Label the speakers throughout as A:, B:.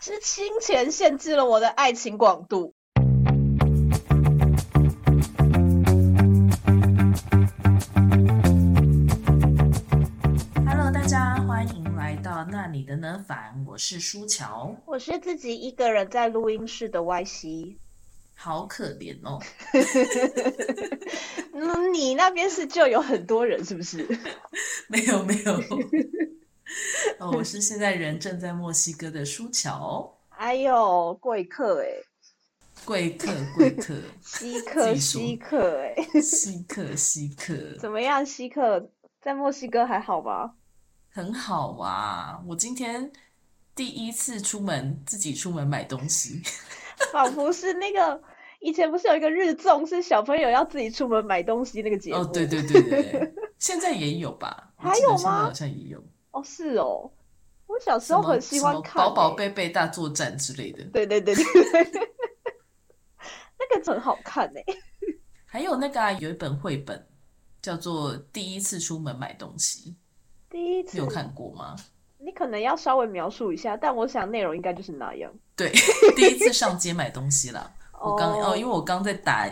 A: 是金钱限制了我的爱情广度。
B: Hello，大家欢迎来到那你的呢凡，我是舒乔，
A: 我是自己一个人在录音室的 Y C。
B: 好可怜哦。
A: 嗯，你那边是就有很多人是不是？
B: 没有没有，哦，我是现在人正在墨西哥的舒乔，
A: 哎呦，贵客哎、
B: 贵客贵客，
A: 稀客
B: 自己说
A: 稀客哎、
B: 稀客稀客，
A: 怎么样？稀客在墨西哥还好吗？
B: 很好啊。我今天第一次出门，自己出门买东西，
A: 仿佛是那个以前不是有一个日综，是小朋友要自己出门买东西那个节目？
B: 哦，对对 对对，现在也有吧？我
A: 还
B: 记得
A: 有
B: 现在
A: 吗
B: 好像也有，
A: 哦，是哦，我小时
B: 什
A: 候
B: 么
A: 很喜
B: 什
A: 欢
B: 么
A: 看、
B: 宝宝
A: 欸
B: 贝贝大作战之类的。
A: 对对对对，对 那个很好看哎、
B: 还有那个、啊、有一本绘本叫做《第一次出门买东西》，
A: 第一
B: 你
A: 次
B: 有看过吗？
A: 你可能要稍微描述一下，但我想内容应该就是那样。
B: 对，第一次上街买东西啦。我刚哦，因
A: 为
B: 为我刚在打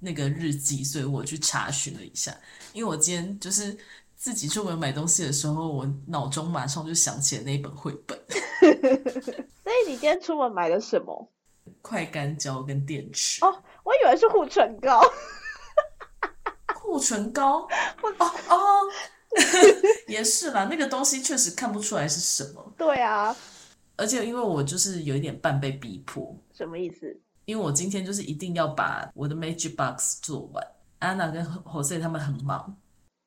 B: 那个日记，所以我去查询了一下。因为我今天就是自己出门买东西的时候，我脑中马上就想起了那本绘本，
A: 所以你今天出门买了什么？
B: 快干胶跟电池。
A: 哦我以为是护唇膏，
B: 护唇膏，哦 哦，也是啦，那个东西确实看不出来是什么，
A: 对啊，
B: 而且因为我就是有一点半被逼迫，
A: 什么意思？
B: 因为我今天就是一定要把我的 Magic Box 做完。安娜跟 Jose 他们很忙，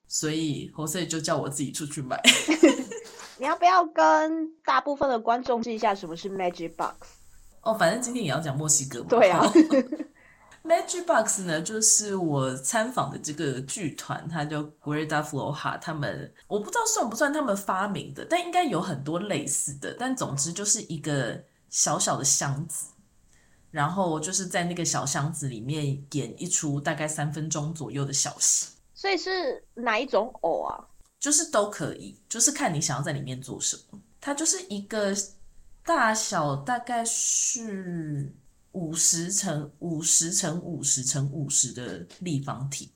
B: 所以 Jose 就叫我自己出去买。
A: 你要不要跟大部分的观众记一下什么是 Magic Box？
B: 哦，反正今天也要讲墨西哥嘛。
A: 对啊
B: 好 Magic Box 呢，就是我参访的这个剧团，它叫 Guerda Floja，他们我不知道算不算他们发明的，但应该有很多类似的。但总之就是一个小小的箱子，然后就是在那个小箱子里面演一出大概三分钟左右的小戏。
A: 所以是哪一种偶啊？
B: 就是都可以，就是看你想要在里面做什么。它就是一个大小大概是五十乘五十乘五十乘五十的立方体，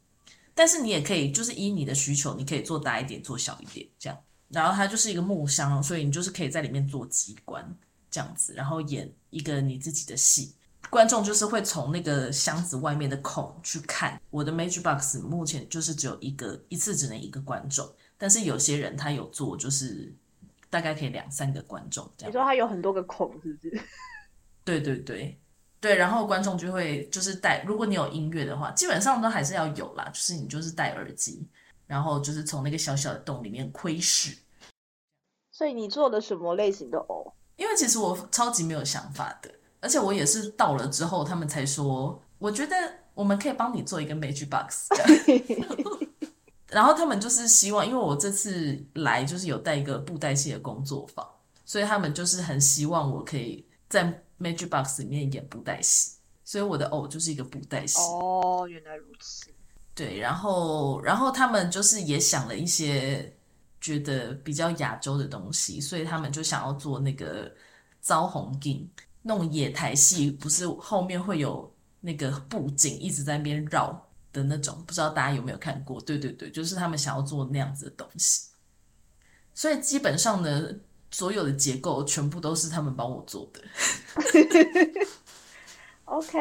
B: 但是你也可以就是依你的需求，你可以做大一点，做小一点这样。然后它就是一个木箱，所以你就是可以在里面做机关这样子，然后演一个你自己的戏。观众就是会从那个箱子外面的孔去看。我的 Magic Box 目前就是只有一个，一次只能一个观众，但是有些人他有做，就是大概可以两三个观众这
A: 你
B: 样。
A: 说它有很多个孔，是不是？
B: 对对对对，然后观众就会就是戴，如果你有音乐的话，基本上都还是要有啦，就是你就是戴耳机，然后就是从那个小小的洞里面窥视。
A: 所以你做了什么类型的 偶？
B: 因为其实我超级没有想法的，而且我也是到了之后，他们才说，我觉得我们可以帮你做一个 Magic Box 这样。 然后他们就是希望，因为我这次来就是有带一个布袋戏的工作坊，所以他们就是很希望我可以在 Magic Box 里面演布袋戏，所以我的偶就是一个布袋戏。
A: 哦，原来如此。
B: 对，然后然后他们就是也想了一些觉得比较亚洲的东西，所以他们就想要做那个招红镜，弄野台戏，不是后面会有那个布景一直在那边绕的那种，不知道大家有没有看过？对对对，就是他们想要做那样子的东西，所以基本上呢，所有的结构全部都是他们帮我做的。
A: OK，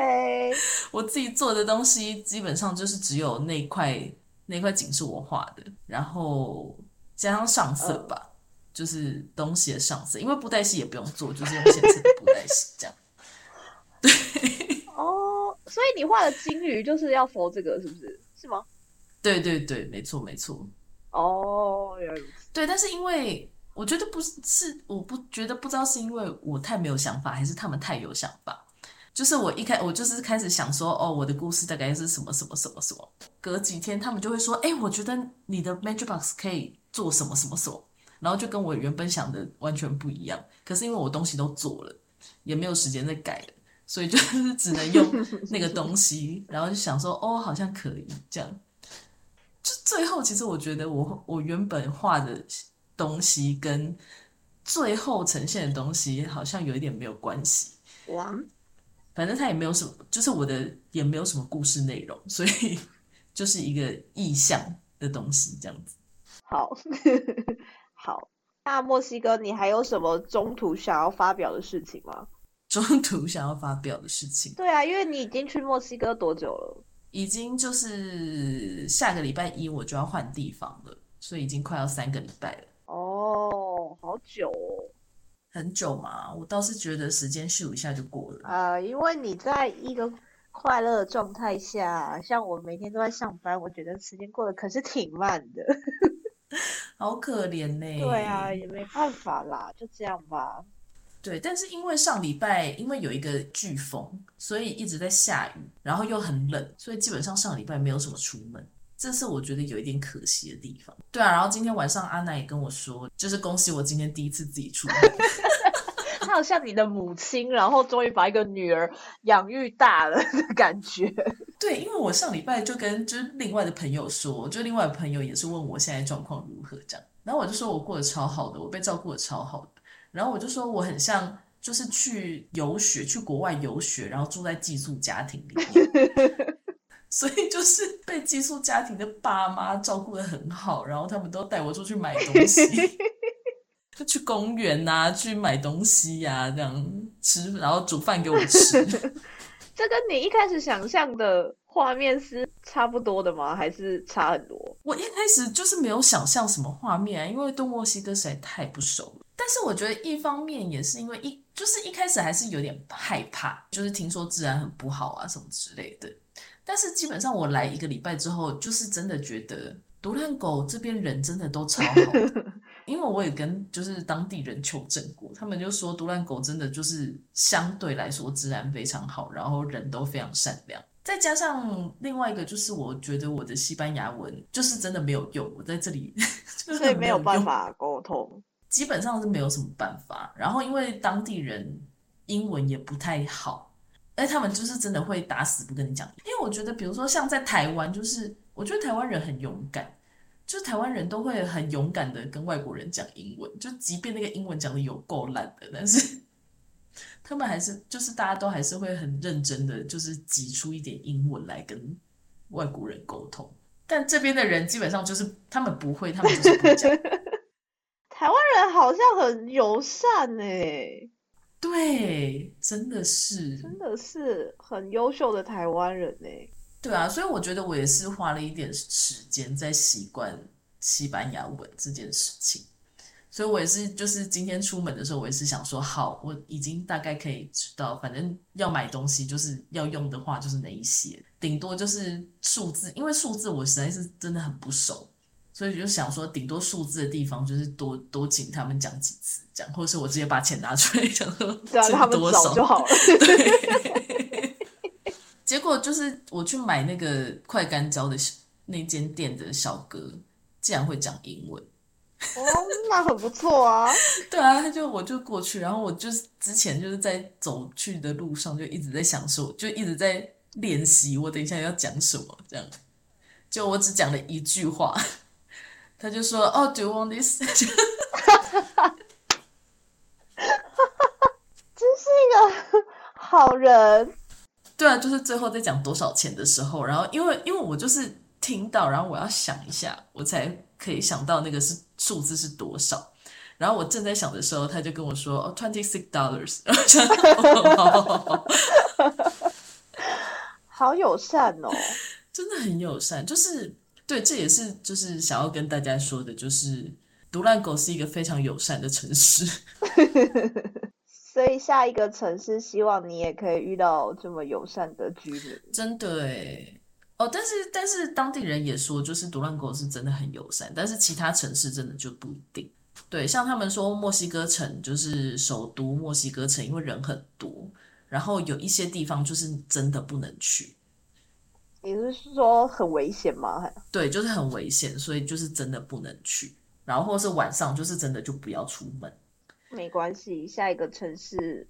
B: 我自己做的东西基本上就是只有那块那块景是我画的，然后加上上色吧，就是东西的上色，因为布袋戏也不用做，就是用现成的布袋戏这样。
A: 哦，所以你画的金鱼就是要佛这个，是不是？是吗？
B: 对对对，没错没错，
A: 哦，原来如此。
B: 对。但是因为我觉得不是，是我不觉得不知道是因为我太没有想法，还是他们太有想法。就是我一开，我就是开始想说，哦，我的故事大概是什么什么什么什么。隔几天他们就会说，哎、我觉得你的 Magic Box 可以做什么什么什么，然后就跟我原本想的完全不一样。可是因为我东西都做了，也没有时间再改了，所以就是只能用那个东西，然后就想说，哦，好像可以这样。就最后，其实我觉得我我原本画的东西跟最后呈现的东西好像有一点没有关系。
A: 哇，
B: 反正它也没有什么，就是我的也没有什么故事内容，所以 就是一个意象的东西这样子。
A: 好，好。那墨西哥，你还有什么中途想要发表的事情吗？
B: 中途想要发表的事情，
A: 对啊，因为你已经去墨西哥多久了？
B: 已经就是下个礼拜一我就要换地方了，所以已经快要三个礼拜了，
A: 哦，好久哦。
B: 很久嘛。我倒是觉得时间咻一下就过了。
A: 啊，因为你在一个快乐的状态下，像我每天都在上班，我觉得时间过得可是挺慢的。
B: 好可怜呢、
A: 对
B: 哎
A: 啊，也没办法啦，就这样吧。
B: 对，但是因为上礼拜因为有一个飓风，所以一直在下雨，然后又很冷，所以基本上上礼拜没有什么出门。这是我觉得有一点可惜的地方。对啊，然后今天晚上阿奶也跟我说，就是恭喜我今天第一次自己出门。
A: 他好像你的母亲，然后终于把一个女儿养育大了的感觉。
B: 对，因为我上礼拜就跟就是另外的朋友说，就另外的朋友也是问我现在状况如何这样，然后我就说我过得超好的，我被照顾的超好的，然后我就说我很像就是去游学，去国外游学，然后住在寄宿家庭里面，所以就是被寄宿家庭的爸妈照顾的很好，然后他们都带我出去买东西。就去公园呐、去买东西呀、这样吃，然后煮饭给我吃。
A: 这跟你一开始想象的画面是差不多的吗？还是差很多？
B: 我一开始就是没有想象什么画面、啊，因为对墨西哥实在太不熟了。但是我觉得一方面也是因为一就是一开始还是有点害怕，就是听说治安很不好啊什么之类的。但是基本上我来一个礼拜之后，就是真的觉得独烂狗这边人真的都超好的因为我也跟就是当地人求证过，他们就说独烂狗真的就是相对来说治安非常好，然后人都非常善良。再加上另外一个就是，我觉得我的西班牙文就是真的没有用，我在这里 就是
A: 所以没有办
B: 用
A: 法沟通。
B: 基本上是没有什么办法。然后因为当地人英文也不太好，而他们就是真的会打死不跟你讲。因为我觉得，比如说像在台湾，就是我觉得台湾人很勇敢，就是台湾人都会很勇敢的跟外国人讲英文，就即便那个英文讲的有够烂的，但是他们还是就是大家都还是会很认真的，就是挤出一点英文来跟外国人沟通。但这边的人基本上就是他们不会，他们就是不讲。
A: 台湾人好像很友善哎、
B: 对，真的是，
A: 真的是很优秀的台湾人哎、
B: 对啊，所以我觉得我也是花了一点时间在习惯西班牙文这件事情，所以我也是就是今天出门的时候，我也是想说，好，我已经大概可以知道，反正要买东西就是要用的话就是哪一些，顶多就是数字，因为数字我实在是真的很不熟。所以就想说，顶多数字的地方就是多多请他们讲几次，这样，或者是我直接把钱拿出来，想说
A: 只要
B: 这
A: 啊他们
B: 多
A: 找
B: 少
A: 就好了。
B: 结果就是我去买那个快干胶的小那间店的小哥，竟然会讲英文。
A: 哦，那很不错啊。
B: 对啊，他就我就过去，然后我就是之前就是在走去的路上就一直在想说，就一直在练习我等一下要讲什么这样。就我只讲了一句话， 他就说：“哦、d o you want this？”
A: 好人，
B: 对啊，就是最后在讲多少钱的时候，然后因为因为我就是听到，然后我要想一下，我才可以想到那个是数字是多少。然后我正在想的时候，他就跟我说：“哦，twenty six dollars。”然后 我想，哦好好好好
A: 好友善哦。
B: 真的很友善。就是对，这也是就是想要跟大家说的，就是独烂狗是一个非常友善的城市。
A: 所以下一个城市，希望你也可以遇到这么友善的居民。
B: 真的诶哦，但是但是当地人也说，就是独狼狗是真的很友善，但是其他城市真的就不一定。对，像他们说墨西哥城就是首都墨西哥城，因为人很多，然后有一些地方就是真的不能去，
A: 你是说很危险吗？还
B: 对，就是很危险，所以就是真的不能去。然后或是晚上就是真的就不要出门。
A: 没关系，下一个城市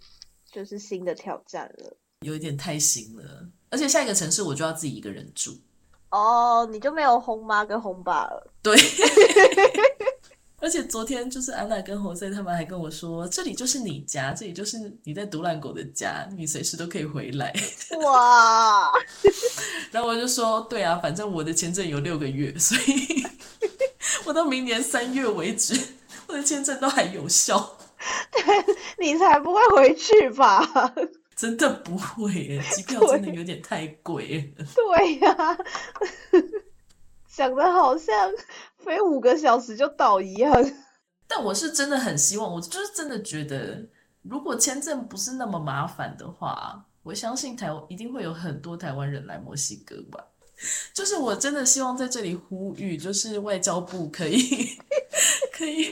A: 就是新的挑战了。
B: 有一点太新了，而且下一个城市我就要自己一个人住。
A: 哦，你就没有红妈跟红爸了。
B: 对，而且昨天就是安娜跟侯赛他们还跟我说，这里就是你家，这里就是你在独烂狗的家，你随时都可以回来。
A: 哇，
B: 然后我就说，对啊，反正我的签证有六个月， 所以我到明年三月为止， 我的签证都还有效。
A: 你才不会回去吧？
B: 真的不会耶，机票真的有点太贵耶。
A: 对呀、 想的好像飞五个小时就到一样。
B: 但我是真的很希望，我就是真的觉得，如果签证不是那么麻烦的话，我相信台湾一定会有很多台湾人来墨西哥玩。就是我真的希望在这里呼吁，就是外交部可以 可以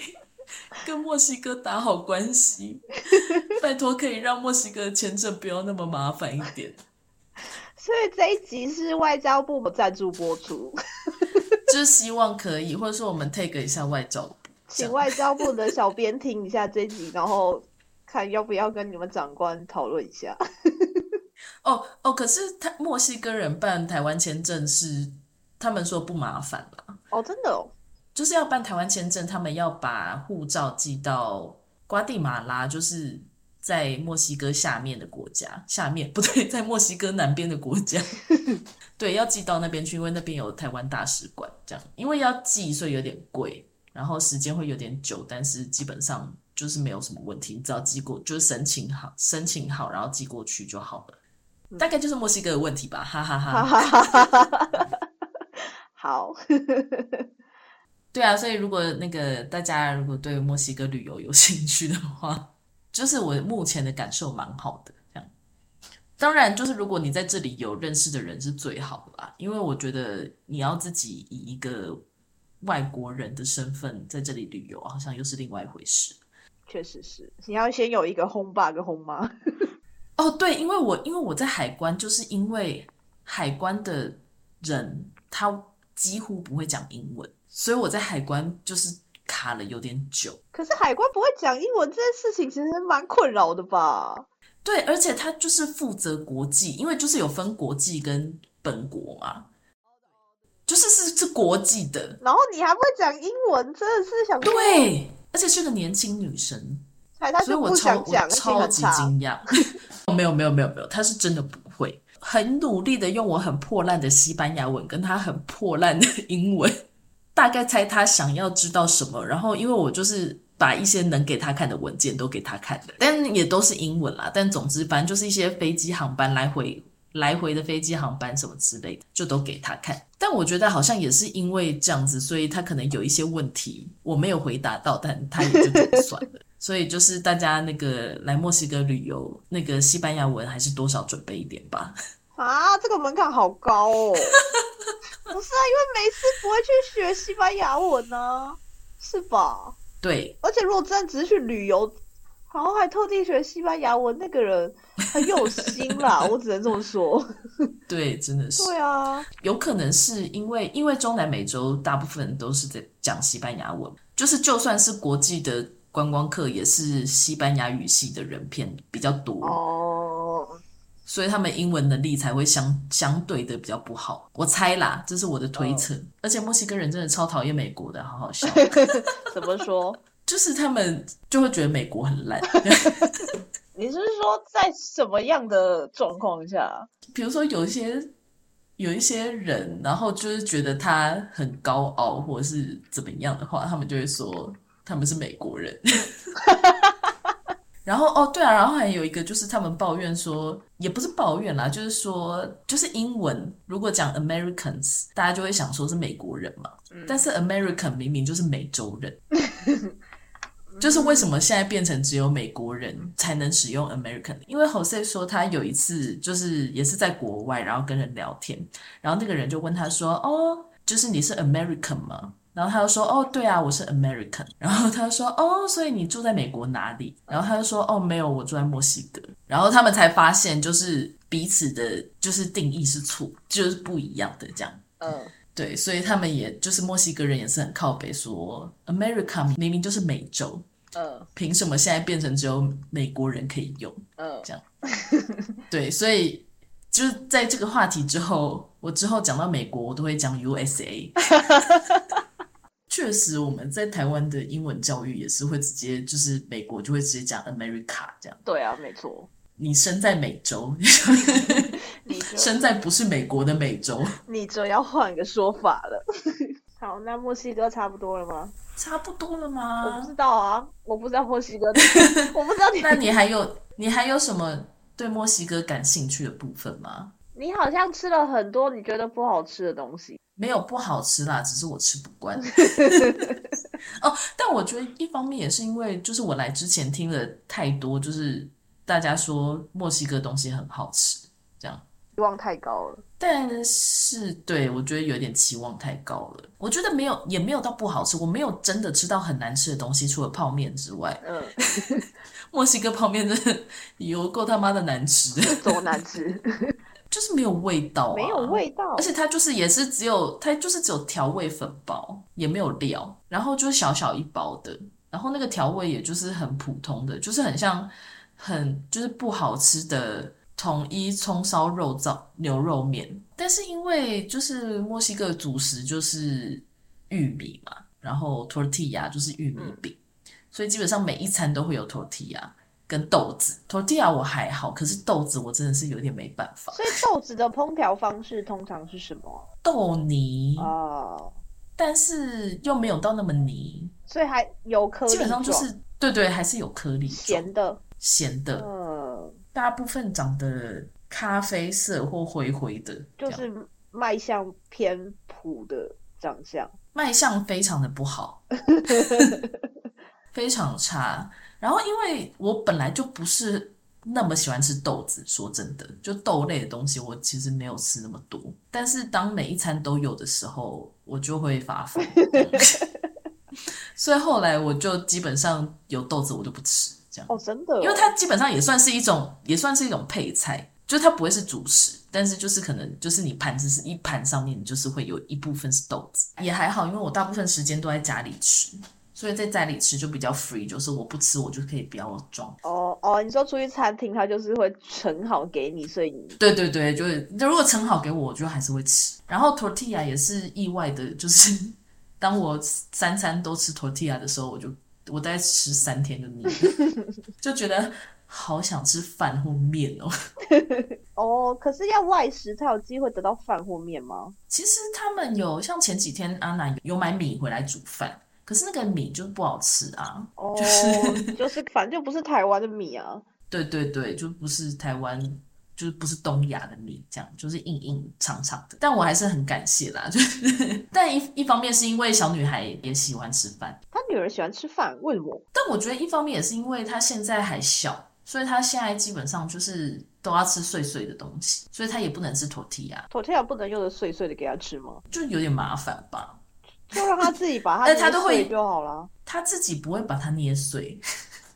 B: 跟墨西哥打好关系，拜托可以让墨西哥的签证不要那么麻烦一点。
A: 所以这一集是外交部赞助播出，
B: 就是希望可以，或者说我们 take 一下外交部。
A: 请外交部的小编听一下这一集，然后看要不要跟你们长官讨论一下。
B: 哦哦，可是他墨西哥人办台湾签证是他们说不麻烦啦，
A: 哦，真的哦，
B: 就是要办台湾签证，他们要把护照寄到瓜地马拉，就是在墨西哥下面的国家，下面不对，在墨西哥南边的国家，对，要寄到那边去，因为那边有台湾大使馆，这样，因为要寄，所以有点贵，然后时间会有点久，但是基本上就是没有什么问题，你只要寄过，就是申请好，申请好，然后寄过去就好了。大概就是墨西哥的问题吧，哈哈
A: 哈
B: 哈。
A: 哈哈哈哈哈。 好，
B: 对啊，所以如果那个大家如果对墨西哥旅游有 兴趣的话，就是我目前的感受蛮好的。这样，当然就是如果你在这里有认识的人是最好的啦，因为我觉得你要自己以一个外国人的身份在这里旅游，好像又是另外一回事。
A: 确实是，你要先有一个轰爸跟轰妈。
B: 哦，对，因为我因为我在海关，就是因为海关的人他几乎不会讲英文，所以我在海关就是卡了有点久。
A: 可是海关不会讲英文这件事情，其实蛮困扰的吧？
B: 对，而且他就是负责国际，因为就是有分国际跟本国嘛，就是是是国际的，
A: 然后你还不会讲英文，真的是想说，
B: 对，而且是个年轻女生，
A: 才他
B: 所以
A: 就
B: 我
A: 不
B: 超
A: 想讲，
B: 我超
A: 而
B: 级
A: 且很差。
B: 惊讶， 哦没有没有没有没有，她是真的不会，很努力的用我很破烂的西班牙文跟她很破烂的英文，大概猜她想要知道什么，然后因为我就是。把一些能给她看的文件都给她看的，但也都是英文啦。但总之，反正就是一些飞机航班来回来回的飞机航班什么之类的，就都给他看。但我觉得好像也是因为这样子，所以他可能有一些问题我没有回答到，但他也就觉得算了。所以就是大家那个来墨西哥旅游，那个西班牙文还是多少准备一点吧。
A: 啊，这个门槛好高哦！不是啊，因为没事不会去学西班牙文啊，是吧？
B: 对，
A: 而且如果真的只是去旅游，然后还特地学西班牙文，那个人很有心啦，我只能这么说。
B: 对，真的是，
A: 对啊，
B: 有可能是因为因为中南美洲大部分都是在讲西班牙文，就是就算是国际的观光客，也是西班牙语系的人偏比较多。
A: 哦，
B: 所以他们英文能力才会相相对的比较不好。我猜啦，这是我的
A: 嗯
B: 推测。而且墨西哥人真的超讨厌美国的，好好笑，
A: 怎么说？
B: 就是他们就会觉得美国很烂。
A: 你是说在什么样的状况下？
B: 比如说有一些有一些人，然后就是觉得他很高傲或者是怎么样的话，他们就会说他们是美国人。然后哦，对啊，然后还有一个就是他们抱怨说，也不是抱怨啦，就是说，就是英文如果讲 Americans，大家就会想说是美国人嘛，
A: 嗯
B: 但是 American 明明就是美洲人，就是为什么现在变成只有美国人才能使用 American？因为 Jose 说他有一次就是也是在国外，然后跟人聊天，然后那个人就问他说：“哦，就是你是 American 吗？”然后他就说：“哦，对啊，我是 American。”然后他就说：“哦，所以你住在美国哪里？”然后他就说：“哦，没有，我住在墨西哥。”然后他们才发现，就是彼此的，就是定义是错，就是不一样的这样。
A: 嗯，
B: 对，所以他们也就是墨西哥人也是很靠北说，America 明明就是美洲，
A: 嗯
B: 凭什么现在变成只有美国人可以用？
A: 嗯，
B: 对，所以就是在这个话题之后，我之后讲到美国，我都会讲 USA。去 确实我们在台湾的英文教育也是会直接，就是美国就会直接讲 America 这样。
A: 对啊，没错，
B: 你身在美 洲，
A: 你就
B: 身在不是美国的美洲，
A: 你这要换一个说法了。 好，那墨西哥差不多了吗？
B: 差不多了
A: 我不
B: 吗？
A: 知道啊，我不知道墨西 哥，我不知道你，
B: 那你还有你还有什么对墨西哥感兴趣的部分吗？
A: 你好像吃了很多你觉得不好吃的东西。
B: 没有不好吃啦，只是我吃不 惯。哦，但我觉得一方面也是因为，就是我来之前听了太多，就是大家说墨西哥东西很好吃，这样。
A: 期望太高了，
B: 但是对我觉得有点期望太高了。我觉得没有，也没有到不好吃，我没有真的吃到很难吃的东西，除了泡面之外，
A: 嗯，
B: 墨西哥泡面真的 有够他妈的难吃的，
A: 多难 吃，
B: 就是没有味道、啊
A: 没有。味道
B: 而。且它就是也是只有它就是只有调味粉包，也没有料，然后就是小小一包的，然后那个调味也就是很普通的，就是很像很就是不好吃的统一葱烧肉燥牛肉面。但是因为就是墨西哥的主食就是玉米嘛，然后 tortilla 就是玉米饼，所以基本上每一餐都会有 tortilla。跟豆子，tortilla 我还好，可是豆子我真的是有点没办法。
A: 所以豆子的烹调方式通常是什么？
B: 豆泥
A: 哦，
B: 但是又没有到那么泥，
A: 所以还有颗粒
B: 基本上就
A: 状
B: 是对对，还是有颗粒状
A: 咸的，
B: 咸的，
A: 嗯，
B: 大部分长得咖啡色或灰灰的，
A: 就
B: 这样
A: 是迈向偏普的长相。
B: 卖相非常的不好，非常差。然后因为我本来就不是那么喜欢吃豆子，说真的，就豆类的东西我其实没有吃那么多，但是当每一餐都有的时候，我就会发疯。所以后来我就基本上有豆子我就不吃，这样。
A: 哦，真的哦，
B: 因为它基本上也算是一种，也算是一种配菜，就是它不会是主食，但是就是可能就是你盘子是一盘上面，你就是会有一部分是豆子，也还好，因为我大部分时间都在家里吃，所以在家里吃就比较 free，就是我不吃我就可以不要装。
A: 哦哦，你说出去餐厅，它就是会盛好给你，所以你
B: 对对对，就是如果盛好给我，我就还是会吃。然后 tortilla 也是意外的，就是 当我三餐都吃 tortilla 的时候，我就我大概吃三天就腻了， 就觉得好想吃饭或面哦。
A: 哦，可是要外食才有机会得到饭或面吗？
B: 其实他们有像前几天阿南有买米回来煮饭，可是那个米就不好吃啊。
A: 哦， 就是反正就不是台湾的米啊。
B: 对对对，就不是台湾，就是不是东亚的米，这样就是硬硬长长的。但我还是很感谢啦， 就是但一一方面是因为小女孩也喜欢吃饭，
A: 他女儿喜欢吃饭，为什么？
B: 但我觉得一方面也是因为她现在还小，所以她现在基本上就是都要吃碎碎的东西，所以她也不能吃 tortilla，
A: t o r 不能用的碎碎的给他吃吗？
B: 就有点麻烦吧。
A: 就让他自己 把它
B: 哎他
A: 捏
B: 都会
A: 碎就好啦。
B: 她自己不会把它捏碎。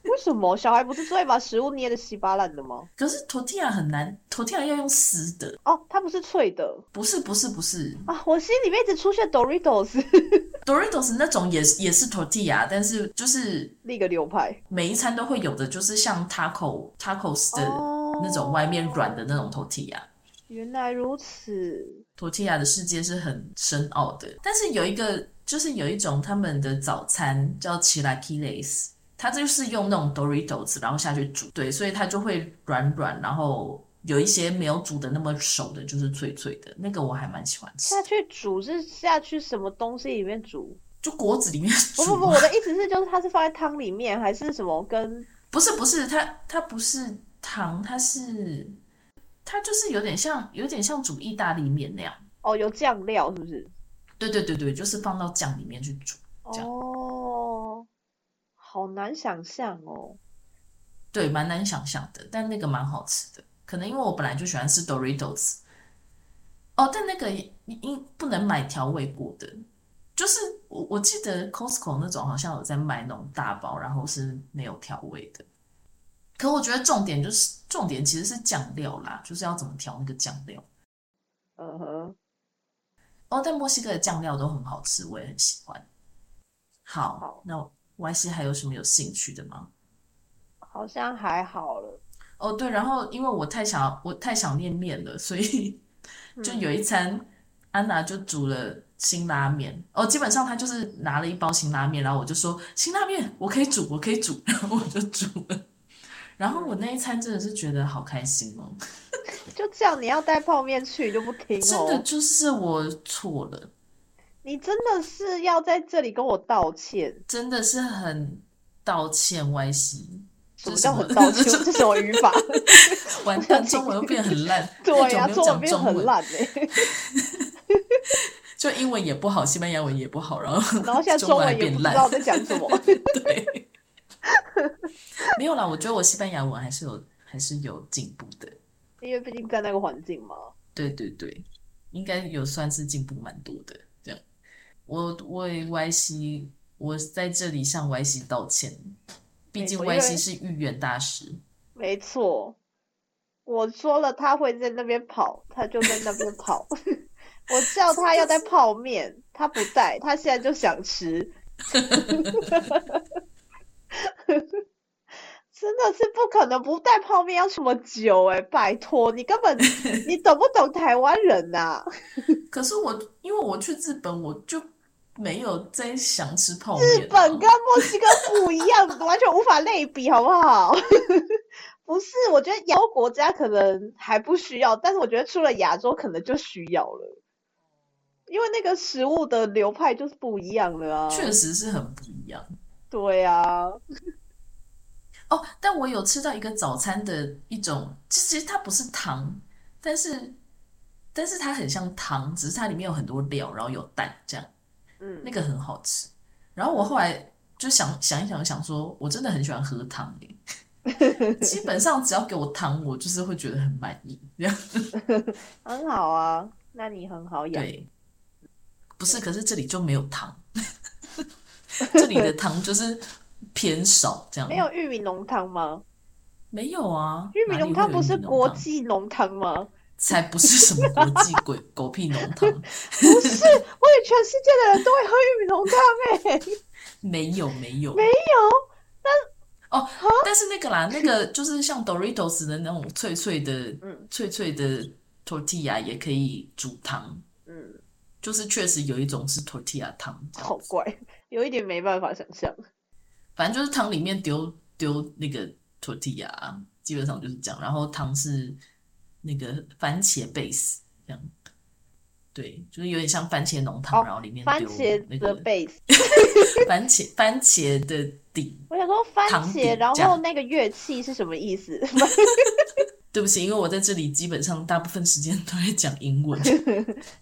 A: 为什么小孩不是最爱把食物捏的稀巴烂的吗？
B: 可是 tortilla 很难，tortilla 要用撕的，
A: 哦，它不是脆的
B: 不是不是不是
A: 啊！我心里面一直出现 Doritos
B: ，Doritos 那种也是也是 tortilla，但是就是
A: 那个流派
B: 每一餐都会有的，就是像 taco tacos 的
A: 哦
B: 那种外面软的那种 tortilla。
A: 原来如此，
B: tortilla 的世界是很深奥的，但是有一个就是有一种他们的早餐叫 chilaquiles，它就是用那种 Doritos 然后下去煮，对，所以它就会软软，然后有一些没有煮的那么熟的，就是脆脆的那个我还蛮喜欢吃的
A: 下去煮是下去什么东西里面煮？
B: 就果子里面
A: 不
B: 煮啊。
A: 不不，我的意思是就是它是放在汤里面还是什么跟
B: 不是不是，它它不是糖，它是它就是有点像有点像煮意大利面那样。
A: 哦有酱料是不是？
B: 对对对对，就是放到酱里面去煮。酱
A: 哦，好难想象哦。
B: 对，蛮难想象的，但那个蛮好吃的。可能因为我本来就喜欢吃 Doritos。哦，但那个也应不能买调味过的，就是我我记得 Costco 那种好像有在卖那种大包，然后是没有调味的。可我觉得重点就是重点其实是酱料啦，就是要怎么调那个酱料。
A: 嗯哼，
B: 哦，但墨西哥的酱料都很好吃，我也很喜欢。好，
A: 好
B: 那 Y C 还有什么有兴趣的吗？
A: 好像还好了。
B: 哦，对，然后因为我太
A: 嗯
B: 想我太想念面了，所以就有一餐安娜就煮了辛拉面哦，基本上他就是拿了一包辛拉面，然后我就说辛拉面我可以煮，我可以煮，然 后我就煮了。然后我那一餐真的是觉得好开心哦，
A: 就这样，你要带泡面去你就不听
B: 真的
A: 哦，
B: 就是我错了，
A: 你真的是要在这里跟我道歉？
B: 真的是很道歉歪西，
A: 什
B: 这
A: 么
B: 是
A: 叫
B: 什
A: 很
B: 么
A: 道歉？这是什么语法？
B: 完
A: 想
B: 蛋
A: 听
B: 中文又变很烂，
A: 对呀、
B: 太久
A: 中
B: 没有
A: 文
B: 讲
A: 变
B: 中
A: 很
B: 文，
A: 烂哎、
B: 就英文也不好，西班牙文也不好，然后
A: 然后现在
B: 中
A: 中
B: 文还
A: 文也
B: 变
A: 不知
B: 烂，
A: 道在讲什 么。
B: 对，没有啦，我觉得我西班牙文还是有还是有进步的，
A: 因为毕竟在那个环境嘛。
B: 对对对，应该有算是进步蛮多的。这样，我为 Y C，我在这里向 Y C 道歉，毕竟
A: 没错因
B: Y
A: 为
B: C 是预言大师。
A: 没错，我说了他会在那边跑，他就在那边跑。 我叫他要带泡面，他不带，他现在就想吃。 真的是不可能不带泡面要什么酒哎、拜托你根本你懂不懂台湾人啊呐、
B: 可是我因为我去日本，我就没有在想吃泡面、
A: 日本跟墨西哥不一样， 完全无法类比，好不好？ 不是，我觉得亚洲国家可能还不需要，但是我觉得除了亚洲，可能就需要了，因为那个食物的流派就是不一样了啊。
B: 确实是很不一样
A: 对啊，
B: 哦。但我有吃到一个早餐的一种，其实它不是糖，但是但是它很像糖，只是它里面有很多料，然后有蛋这样。
A: 嗯
B: 那，个很好吃。然后我后来就想想一想，想说我真的很喜欢喝汤、欸、基本上只要给我汤，我就是会觉得很满意。这样
A: 很好啊，那你很好养。
B: 对，不是，可是这里就没有糖，这里的糖就是偏少，这样
A: 没有玉米浓汤吗？
B: 没有啊？
A: 玉米
B: 哪里
A: 浓
B: 会
A: 汤
B: 有
A: 不
B: 玉米
A: 是
B: 浓
A: 国
B: 汤，
A: 际浓汤吗？
B: 才不是什么国际鬼狗屁浓汤，
A: 不是，我以为全世界的人都会喝玉米浓汤哎、
B: 没有没有
A: 没有，
B: 哦，但是那个啦，那个就是像 Doritos 的那种脆脆的
A: 嗯
B: 脆脆的 tortilla 也可以煮汤，
A: 嗯，
B: 就是确实有一种是 tortilla 汤这样
A: 好怪，有一点没办法想象。
B: 反正就是汤里面丢丢那个 tortilla，啊基本上就是这样。然后汤是那个番茄 base 这样，对，就是有点像番茄浓汤，
A: 哦
B: 然后里面
A: 番
B: 丢那
A: 茄
B: 个
A: 的 base，
B: 番茄番茄的底。
A: 我想说番
B: 糖饼
A: 茄，然
B: 这样
A: 后那个乐器是什么意思？
B: 对不起，因为我在这里基本上大部分时间都在讲 英文，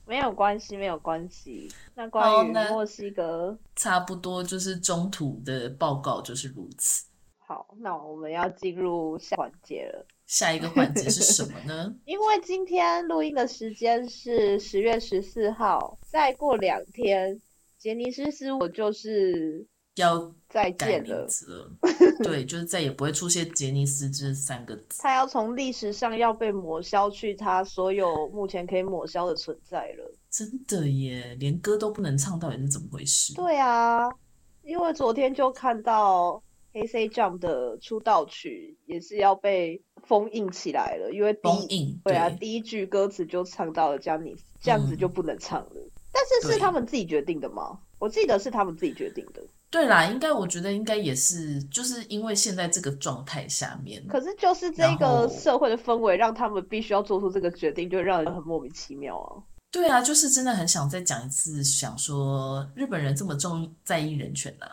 A: 没有关系，没有关系。那
B: 好
A: 关于
B: 那
A: 墨西哥，
B: 差不多就是中途的报告就是如此。
A: 好，那我们要进入下环节了。
B: 下一个环节是什么呢？
A: 因为今天录音的时间是十月十四号，再过两天，杰尼斯斯我就是
B: 要
A: 再
B: 改
A: 见
B: 名
A: 了。
B: 字了，对，就是再也不会出现杰尼斯这三个字。
A: 他要从历史上要被抹消去他所有目前可以抹消的存在了。
B: 真的耶，连歌都不能唱，到底是怎么回事？
A: 对啊，因为昨天就看到 A C Jump 的出道曲也是要被封印起来了，因为第
B: 封
A: 一
B: 印，
A: 对啊，第一句歌词就唱到了江尼斯，这样子就不能唱了。但是是
B: 嗯对
A: 他们自己决定的吗？我记得是他们自己决定的。
B: 对啦，应该我觉得应该也是，就是因为现在这个状态下面，
A: 可是就是这
B: 然后
A: 个社会的氛围，让他们必须要做出这个决定，就让人很莫名其妙啊。
B: 对啊，就是真的很想再讲一次，想说日本人这么重在意人权啊，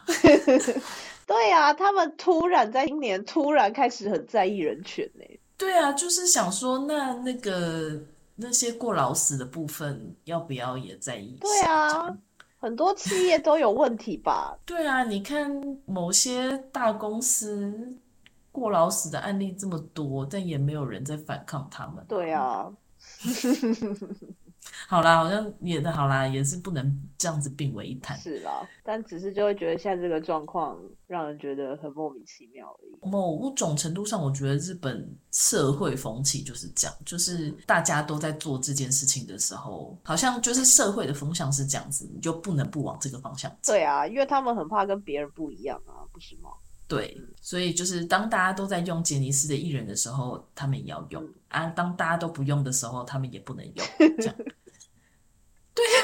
A: 对啊，他们突然在今年突然开始很在意人权呢、
B: 对啊，就是想说那那个那些过劳死的部分要不要也在意一下？
A: 对啊
B: 这样
A: 很多企业都有问题吧？
B: 对啊，你看某些大公司过劳死的案例这么多，但也没有人在反抗他们。
A: 对，啊，
B: 好啦，好像也的好啦，也是不能这样子并为一谈。
A: 是啦，但只是就会觉得现在这个状况让人觉得很莫名其妙而已。
B: 某种程度上，我觉得日本社会风气就是这样，就是大家都在做这件事情的时候，好像就是社会的风向是这样子，你就不能不往这个方向走。
A: 对啊，因为他们很怕跟别人不一样啊，不是吗？
B: 对，
A: 嗯
B: 所以就是当大家都在用杰尼斯的艺人的时候，他们也要用
A: 嗯
B: 啊； 当大家都不用的时候，他们也不能用。这样，对呀、啊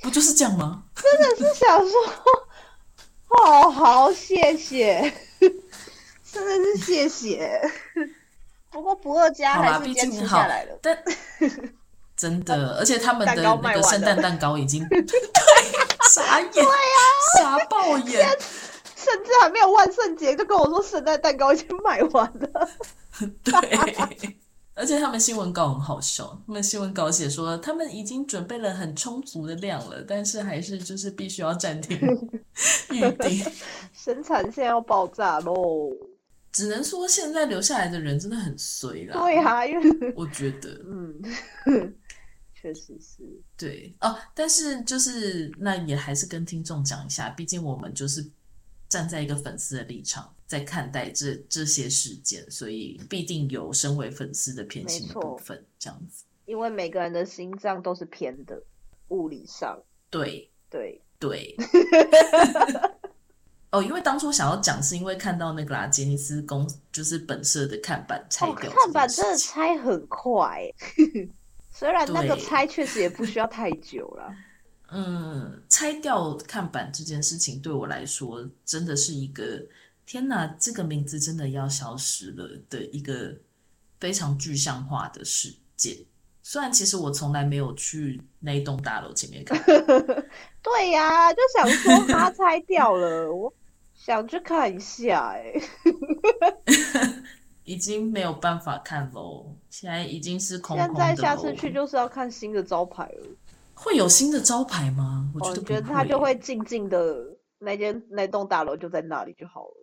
B: 不就是这样吗？
A: 是想说，哦，好，谢谢，真的是谢谢。不过不二家
B: 好啦，
A: 还是
B: 毕
A: 坚持
B: 竟
A: 下
B: 好
A: 来了，，
B: 但真的，而且他们的
A: 蛋糕
B: 那
A: 卖
B: 个
A: 完
B: 圣诞蛋糕已 经对傻眼，
A: 啊
B: 傻爆眼，
A: 甚至还没有万圣节就跟我说圣诞蛋糕已经买完了。
B: 对。而且他们新闻稿很好笑，他们新闻稿写说他们已经准备了很充足的量了，但是还是就是必须要暂停 预定。
A: 生产线要爆炸喽！
B: 只能说现在留下来的人真的很衰啦。
A: 对啊，因为
B: 我觉得
A: 嗯， 确实是，
B: 对哦，但是就是那也还是跟听众讲一下，毕竟我们就是站在一个粉丝的立场在看待这这些事件，所以必定有身为粉丝的偏心的
A: 没错
B: 部分，这样子。
A: 因为每个人的心脏都是偏的，物理上
B: 对
A: 对。
B: 对。 哦，因为当初想要讲，是因为看到那个啦，杰尼斯公就是本社的看板拆
A: 哦，
B: 掉、
A: 看板真的，拆很快、 欸，虽然那个
B: 对
A: 拆确实也不需要太久 了。
B: 嗯，拆掉看板这件事情对我来说，真的是一个天哪，这个名字真的要消失了的一个非常具象化的事件。虽然其实我从来没有去那一栋大楼前面看，
A: 对呀、就想说它拆掉了，我想去看一下、欸，
B: 已经没有办法看喽，现在已经是空
A: 现
B: 空
A: 在
B: 的哦
A: 下
B: 喽。
A: 次去就是要看新的招牌了。
B: 会有新的招牌吗？我
A: 哦，
B: 觉
A: 你
B: 得
A: 觉得
B: 不
A: 它就
B: 会欸
A: 会静静的那间那栋大楼就在那里就好了。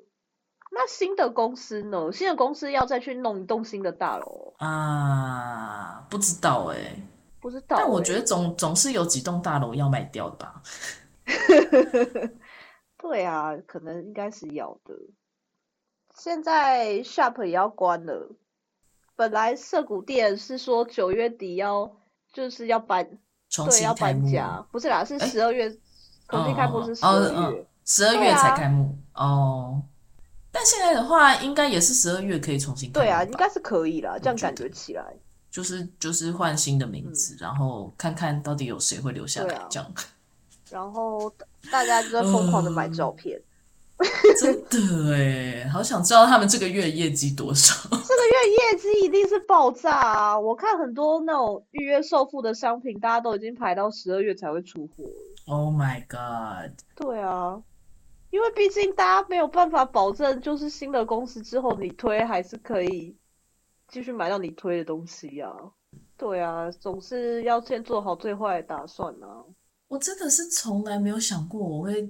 A: 那新的公司呢？新的公司要再去弄一栋新的大楼，哦
B: 啊，不知道哎、
A: 不知道、欸。
B: 但我觉得总总是有几栋大楼要卖掉的吧。
A: 对啊，可能应该是要的。现在 Shop 也要关了，本来涩谷店是说九月底要就是要搬，
B: 重
A: 对，
B: 新
A: 要
B: 开
A: 搬
B: 幕。
A: 家，不是啦，是
B: 哎
A: 十二月，重新开幕是十
B: 哦
A: 二
B: 哦哦
A: 月，
B: 十二
A: 对
B: 月才
A: 啊
B: 开幕、哦。但现在的话，应该也是十二月可以重新开幕
A: 对啊，
B: 吧
A: 应该是可以啦，这样
B: 嗯觉
A: 感
B: 得
A: 觉起来，
B: 就是就是换新的名字，然后看看到底有谁会留下
A: 嗯
B: 来，
A: 对啊
B: 这样
A: 然后大家就在
B: 嗯
A: 疯狂的买照片，
B: 真的哎，好想知道他们这个月业绩多少。
A: 这个月业绩一定是爆炸啊！我看很多那种预约售付的商品，大家都已经排到十二月才会出货了
B: oh my god！
A: 对啊，因为毕竟大家没有办法保证，就是新的公司之后你推还是可以继续买到你推的东西啊。对啊，总是要先做好最坏的打算啊。
B: 我真的是从来没有想过我会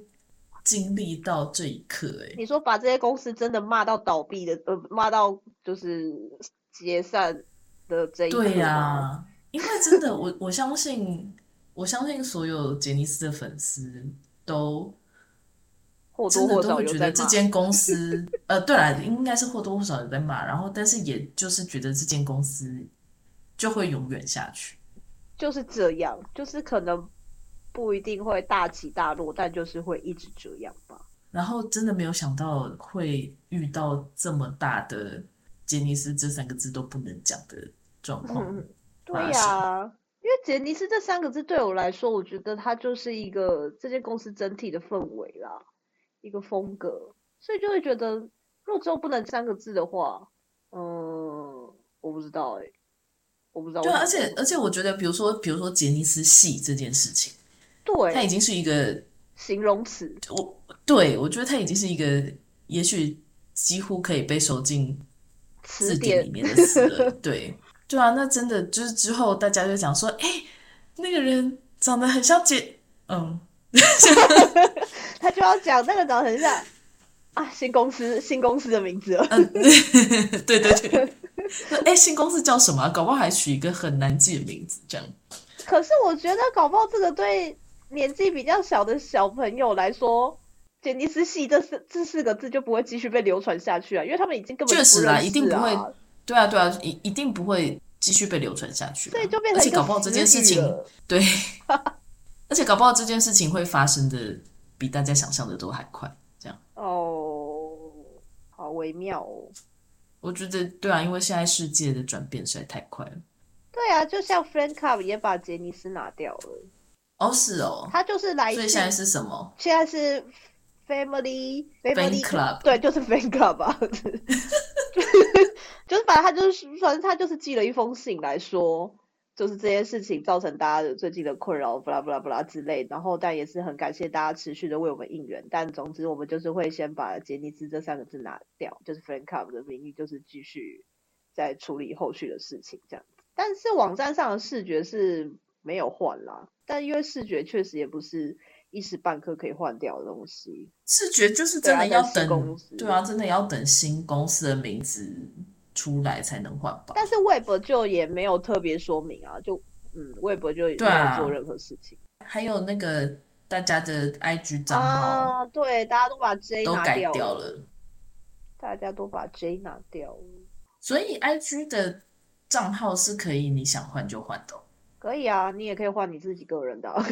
B: 经历到这一刻哎。
A: 你说把这些公司真的骂到倒闭的，呃，骂到就是解散的这一刻哦
B: 对啊呀、
A: 吗
B: 因为真的，我我相信，我相信所有杰尼斯的粉丝都
A: 或多
B: 真的
A: 或
B: 都
A: 少
B: 会
A: 有
B: 觉
A: 在骂。
B: 得这间公司，呃，对啦，应该是或多或少有在骂，然后但是也就是觉得这间公司就会永远下去。
A: 就是这样，就是可能不一定会大起大落，但就是会一直这样吧。
B: 然后真的没有想到会遇到这么大的杰尼斯这三个字都不能讲的状况。
A: 嗯对
B: 发
A: 呀、因为杰尼斯这三个字对我来说，我觉得它就是一个这间公司整体的氛围啦，一个风格，所以就会觉得，如果之后不能三个字的话，嗯，我不知道哎、我不知道为
B: 对
A: 什
B: 啊，
A: 么。
B: 而且而且我觉得，比如说比如说杰尼斯系这件事情，它已
A: 对
B: 经是一个
A: 形容词，
B: 我对我觉得它已经是一个，也许几乎可以被收进
A: 词
B: 字典里
A: 典
B: 面的词了。 对，对啊，那真的就是之后大家就讲说，哎、那个人长得很像姐，嗯，
A: 他就要讲那个长得很像啊，新公司新公司的名字了，哦
B: 对对对。那哎、新公司叫什么啊、搞不好还取一个很难记的名字，这样。
A: 可是我觉得搞不好这个对年纪比较小的小朋友来说，杰尼斯系这四这四个字就不会继续被流传下去啊，因为他们已经根本
B: 确实
A: 啦、
B: 啦，一定不会，对啊，对啊，一一定不会继续被流传下去啦。啊
A: 所以就变
B: 而
A: 成
B: 且
A: 一
B: 搞
A: 个
B: 不好这件
A: 词
B: 事
A: 语
B: 情，
A: 了
B: 对， 而且搞不好这件事情会发生的比大家想象的都还快，这样。
A: 哦，好微妙哦。
B: 我觉得对啊，因为现在世界的转变实在太快了。
A: 对啊，就像 Friend Cup 也把杰尼斯拿掉了，
B: 哦，是哦，
A: 它就是来
B: 所
A: 自
B: 以现在是什么？
A: 现在是 Family Family
B: Club
A: 对，就是 Fan Club 吧， 就是反正他就是反正他就是寄了一封信来说，就是这些事情造成大家的最近的困扰，不啦不啦不啦之类，然后但也是很感谢大家持续的为我们应援，但总之我们就是会先把杰尼斯这三个字拿掉，就是 Fan Club 的名义，就是继续再处理后续的事情这样。但是网站上的视觉是没有换啦，但因为视觉确实也不是一时半刻可以换掉的东西。
B: 视觉就是真的
A: 对啊
B: 要
A: 在新
B: 等
A: 公司，
B: 对啊，真的要等新公司的名字出来才能换吧？
A: 但是 Web 就也没有特别说明啊，就嗯，Web 就也没
B: 对啊
A: 有做任何事情
B: 还有那个大家的 IG 账号
A: 啊。对，大家都把 J
B: 都
A: 拿
B: 改
A: 掉
B: 掉
A: 了，
B: 了，
A: 大家都把 J 拿掉了，
B: 所以 IG 的账号是可以你想换就换的哦。
A: 可以啊，你也可以换你自己个人的啊、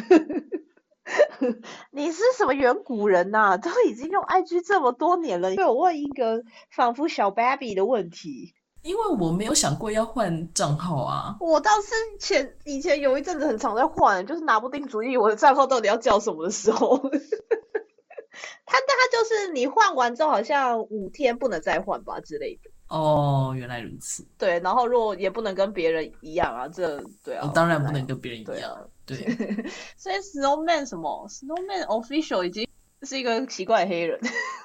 A: 你是什么远古人呐、都已经用 IG 这么多年 了，被我问一个仿佛小 baby 的问题。
B: 因为我没有想过要换账号啊，
A: 我倒是前以前有一阵子很常在换，就是拿不定主意我的账号到底要叫什么的时候。 他但他就是你换完之后好像五天不能再换吧之类的，
B: 哦，原来如此，
A: 对，然后如果也不能跟别人一样啊，这对啊，
B: 我哦当然
A: 本
B: 不
A: 来
B: 能跟别人一
A: 对
B: 样
A: 啊，，
B: 对，
A: 所以 Snowman 什么 Snowman Official 已经是一个奇怪的黑人，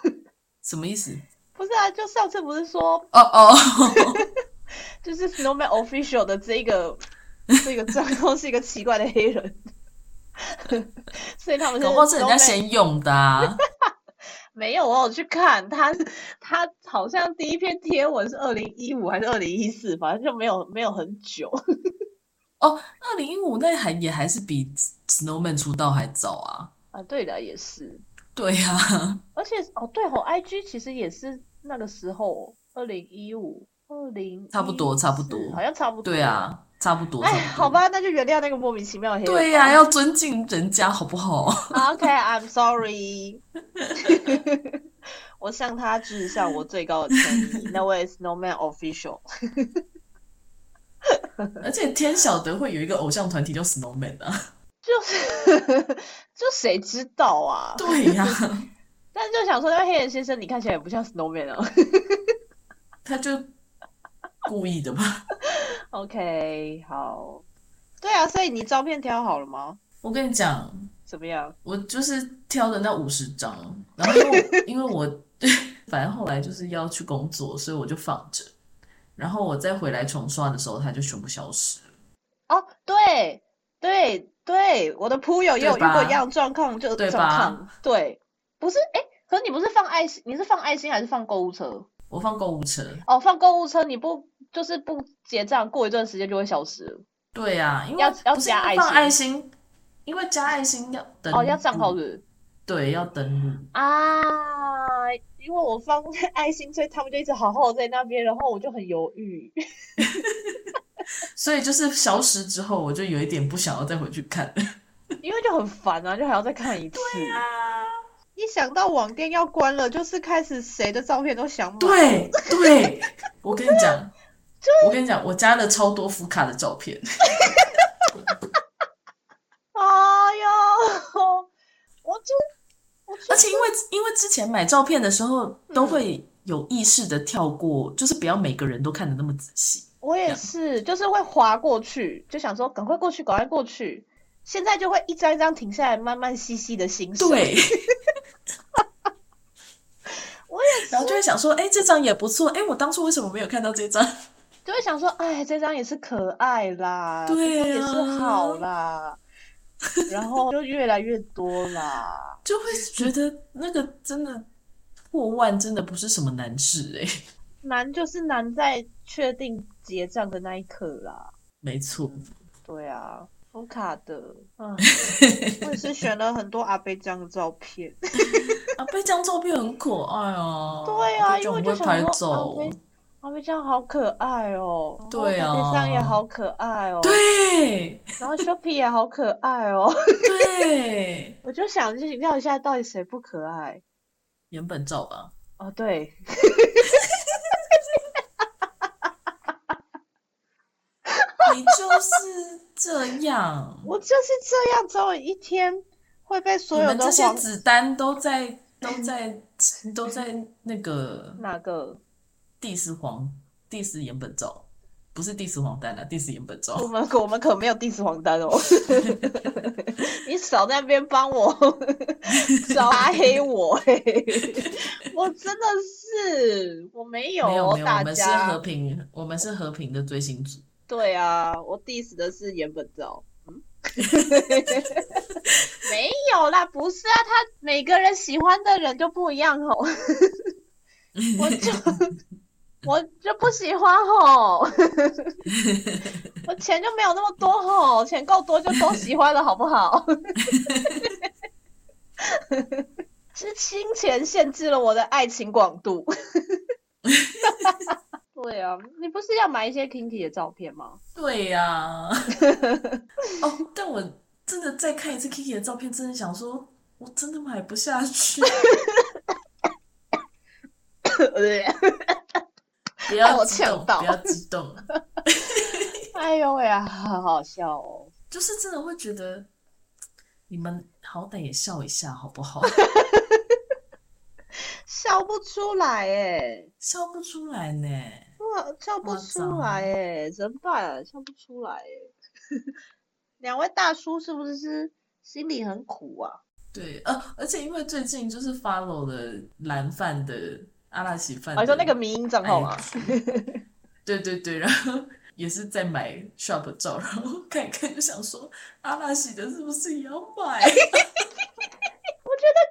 B: 什么意思？
A: 不是啊？就上次不是说
B: 哦哦，
A: 就是 Snowman Official 的这个这个账号是一个奇怪的黑人， 所以他们是
B: 搞不好是人家
A: Snowman-
B: 先用的啊，
A: 没有，哦我有去看他，他好像第一篇贴文是二零一五还是二零一四，反正就没有没有很久。
B: 二零一五那还也还是比 Snowman 出道还早啊，
A: 啊，对的，也是。
B: 对呀、啊，
A: 而且哦，对哦，IG 其实也是那个时候，二零一五、二零
B: 差不多差不多
A: 好像差不多。
B: 对啊，差不多，
A: 哎，
B: 差不多
A: 好，吧，那就原谅那个莫名其妙的黑人吧。啊
B: 对呀、要尊敬人家好不好？
A: OK，I'm、sorry 。我向他致上我最高的诚意，那位 Snowman Official。
B: 而且天晓得会有一个偶像团体叫 Snowman 啊，
A: 就是 就谁知道啊？
B: 对 呀、
A: 但就想说，那黑人先生，你看起来也不像 Snowman 哦。
B: 他就故意的吧？
A: OK，好。对啊，所以你照片挑好了吗？
B: 我跟你讲，
A: 怎么样？
B: 我就是挑的那五十张，然后因为我因为我反正后来就是要去工作，所以我就放着，然后我再回来重刷的时候，它就全部消失了。
A: 哦，对对对，我的铺友也有遇
B: 对吧
A: 过一样的状况，就
B: 对吧
A: 状况。对，不是哎，可是你不是放爱心，你是放爱心还是放购物车？
B: 我放购物车，
A: 哦，放购物车你不就是不结账，过一段时间就会消失了。
B: 对呀、因为
A: 要要
B: 不是
A: 加
B: 因
A: 爱
B: 为放
A: 心
B: 爱心，因为加爱心要登
A: 哦，要账号
B: 录
A: 是不是？
B: 对，要登录。
A: 啊，因为我放爱心，所以他们就一直好好在那边，然后我就很犹豫。
B: 所以就是消失之后，我就有一点不想要再回去看了。
A: 因为就很烦啊，就还要再看一次。一想到网店要关了，就是开始谁的照片都想买。
B: 对对，我跟你 讲，我跟你讲，我加了超多福卡的照片，
A: 哎呦，我就我就
B: 而且因为因为之前买照片的时候
A: 嗯
B: 都会有意识的跳过，就是不要每个人都看得那么仔细。
A: 我也是，就是会划过去，就想说赶快过去，赶快过去。现在就会一张一张停下来，慢慢细细的欣赏。，
B: 对，
A: 我也是
B: 然后就会想说，哎、这张也不错，哎、我当初为什么没有看到这张？
A: 就会想说，哎，这张也是可爱啦，这
B: 对
A: 张也
B: 啊
A: 是好 啦，然后就越来越多啦。
B: 就会觉得那个真的破万真的不是什么难事哎、
A: 难就是难在确定结账的那一刻啦。
B: 没错，
A: 对啊，福卡 的，嗯，我也是选了很多阿贝酱的照片。
B: 啊，被这张照片很可爱啊。
A: 对啊，因为
B: 我
A: 我
B: 不
A: 就
B: 会
A: 想
B: 拍
A: 说啊
B: 照
A: 阿。贝阿贝酱好可爱哦，然后
B: 对啊
A: 阿贝酱也好可爱哦，
B: 对
A: 然后 Shoppy 也好可爱哦。
B: 对，
A: 我就想去料一下到底谁不可爱
B: 原本照吧。
A: 哦，对。
B: 你就是这样，
A: 我就是这样，总有一天会被
B: 你
A: 所有
B: 们
A: 的
B: 这些
A: 啊黄
B: 子弹都在都在 都在那个
A: 哪个？
B: diss 黄 diss 岩本照，不是 diss 黄丹啊，diss 岩本照
A: 我。们我们可没有 diss 黄丹 哦，你少在那边帮 我少拉黑我、嘿，我真的是我没有
B: 没有
A: 哦，
B: 没有，我
A: 大
B: 们是
A: 家
B: 和平，我们是和平的追星族。
A: 对啊，我 diss 的是岩本照。 嗯，没有啦，不是啊，他每个人喜欢的人就不一样哦，我 就我就不喜欢吼， 我钱就没有那么多吼，钱够多就都喜欢了，好不 好？是金钱限制了我的爱情广度。 对啊，你不是要买一些 Kinky 的照片 吗？
B: 对呀、 哦，但我真的再看一次 Kiki 的照片，真的想说，我真的买不 下去。不
A: 哎
B: 要
A: 我
B: 激
A: 呛
B: 动，
A: 到
B: 不要激动，
A: 哎呦喂啊，好好笑哦！
B: 就是真的会觉得，你们好歹也笑一下好不好？
A: 笑不出来哎，
B: 笑不出来呢。
A: 哇，笑不出来哎，怎么办？笑不出来哎。 两位大叔是不是心里很苦啊？
B: 对，呃，而且因为最近就是 follow 了蓝饭的阿拉喜饭
A: 好、
B: 的，
A: 哦你说那个迷音账号
B: 哎
A: 吗？
B: IG 对对对，然后也是在买 shop 照，然后看一看就想说，阿拉喜的是不是也要买？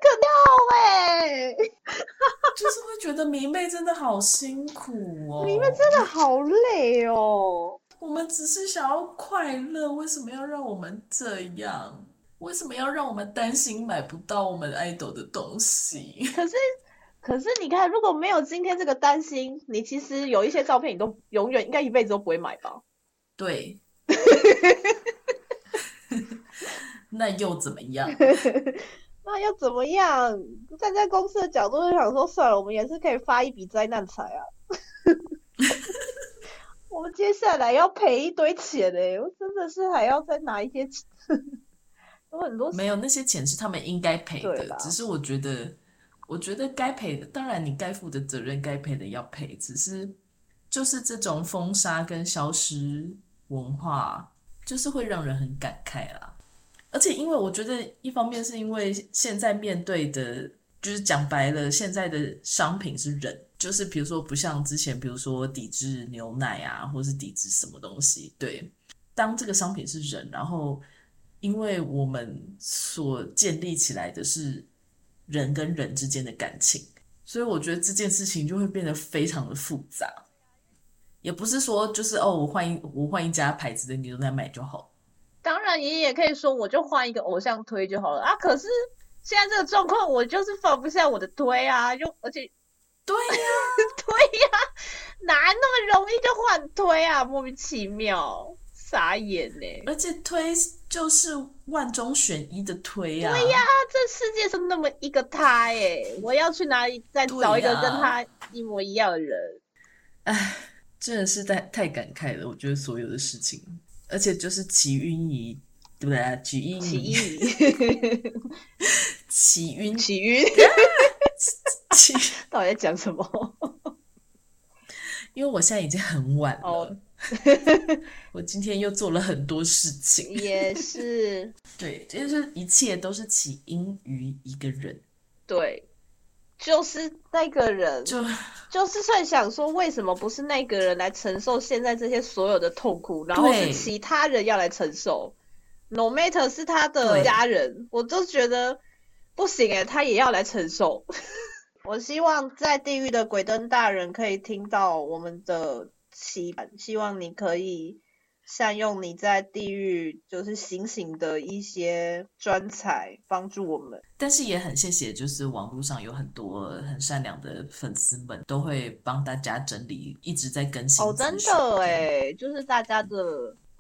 A: 可要哎，
B: 就是会觉得迷妹真的好辛苦哦，
A: 迷妹真的好累哦。
B: 我们只是想要快乐，为什么要让我们这样？为什么要让我们担心买不到我们爱豆的东西？
A: 可是，可是你看，如果没有今天这个担心，你其实有一些照片，你都永远应该一辈子都不会买吧？
B: 对， 那又怎么样？
A: 那又怎么样？站在公司的角度，就想说，算了，我们也是可以发一笔灾难财啊。 我们接下来要赔一堆钱呢、我真的是还要再拿一些钱， 有很多
B: 没有那些钱是他们应该赔
A: 对啦
B: 的，只是我觉得，我觉得该赔的，当然你该负的责任该赔的要赔，只是就是这种封杀跟消失文化，就是会让人很感慨啦。而且因为我觉得，一方面是因为现在面对的，就是讲白了，现在的商品是人，就是比如说不像之前，比如说抵制牛奶啊，或是抵制什么东西，对，当这个商品是人，然后因为我们所建立起来的是人跟人之间的感情，所以我觉得这件事情就会变得非常的复杂。也不是说就是哦，我换一我换一家牌子的牛奶买就好。
A: 当然，你也可以说我就换一个偶像推就好了啊。可是现在这个状况，我就是放不下我的推啊，又而且
B: 对呀、
A: 哪那么容易就换推啊？莫名其妙，傻眼呢、
B: 而且推就是万中选一的推呀、
A: 对呀、这世界上那么一个他哎、我要去哪里再找一个
B: 对呀
A: 跟他一模一样的人？
B: 真的是太太感慨了。我觉得所有的事情，而且就是齐云仪，对不对啊？齐云
A: 起
B: 仪，
A: 义，
B: 齐 云，
A: 起晕，
B: 齐，
A: 到底在讲什么？
B: 因为我现在已经很晚了，
A: 哦
B: 我今天又做了很多事情。
A: 也是
B: 对，就是一切都是起因于一个人，
A: 对，就是那个人，
B: 就
A: 就是在想说，为什么不是那个人来承受现在这些所有的痛苦，然后是
B: 对
A: 其他人要来承受？No matter 是他的
B: 对
A: 家人，我都觉得不行哎、他也要来承受。 我希望在地狱的鬼灯大人可以听到我们的期盼，希望你可以善用你在地狱就是醒醒的一些专才，帮助我们。
B: 但是也很谢谢，就是网络上有很多很善良的粉丝们，都会帮大家整理，一直在更新
A: 哦，
B: 资
A: 真
B: 讯。
A: 的哎，就是大家的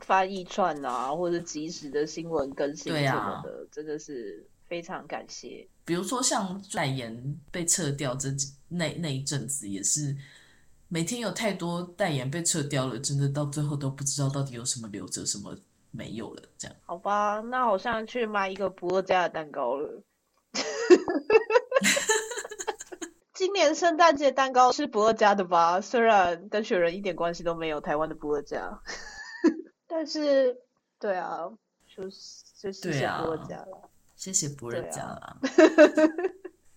A: 翻译串啊，或者及时的新闻更新
B: 对
A: 什
B: 啊
A: 么的，真的是非常感谢。
B: 比如说像代言被撤掉这几那那一阵子，也是每天有太多代言被撤掉了，真的到最后都不知道到底有什么留着，什么没有了，这样。
A: 好吧，那好像去买一个不二家的蛋糕了。 今年圣诞节蛋糕是不二家的吧？虽然跟雪人一点关系都没有，台湾的不二家， 但是对啊，就是就是
B: 对
A: 写
B: 啊
A: 不二家了。
B: 谢谢不二
A: 对啊
B: 家啦。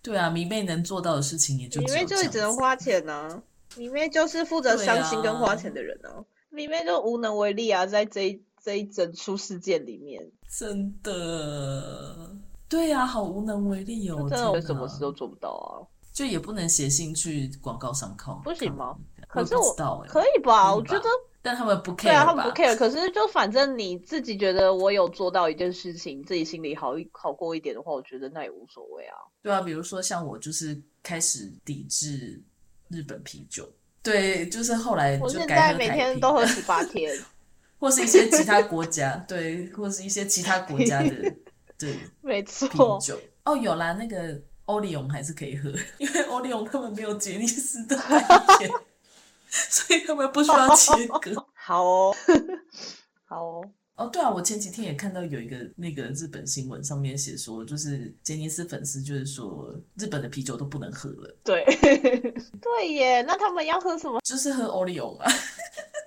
B: 对啊，迷妹能做到的事情也就
A: 迷
B: 只
A: 妹
B: 有
A: 就
B: 这样
A: 只能
B: 子
A: 花钱呢、迷妹就是负责
B: 对
A: 伤心跟花
B: 啊
A: 钱的人呢、迷妹就无能为力啊，在这一这一整出事件里面，
B: 真的，对啊，好无能为力哦！
A: 真的我
B: 天哪
A: 什么事都做不到啊。
B: 就也不能写信去广告商靠，
A: 不行吗
B: 靠？
A: 可是
B: 也
A: 我
B: 不知道哎、
A: 可以吧？
B: 可以
A: 我觉
B: 吧
A: 得
B: 但他们不 care
A: 对啊，他们
B: 吧
A: 不 care。可是就反正你自己觉得我有做到一件事情，自己心里好一好过一点的话，我觉得那也无所谓啊。
B: 对啊，比如说像我就是开始抵制日本啤酒，对，就是后来
A: 我
B: 就
A: 现
B: 改
A: 在
B: 喝
A: 每
B: 台
A: 天
B: 啤
A: 都喝十八 天，
B: 或是一些其他国家，对，或是一些其他国家 的对
A: 没
B: 啤
A: 错，
B: 酒。哦，有啦，那个欧利勇还是可以喝， 因为欧利勇根本没有杰尼斯的代言， 所以他们不需要切割。
A: 好哦， 好哦，
B: 哦，对啊，我前几天也看到有一个那个日本新闻上面写说，就是杰尼斯粉丝就是说日本的啤酒都不能喝了，
A: 对， 对耶。那他们要喝什么？
B: 就是喝欧利勇啊。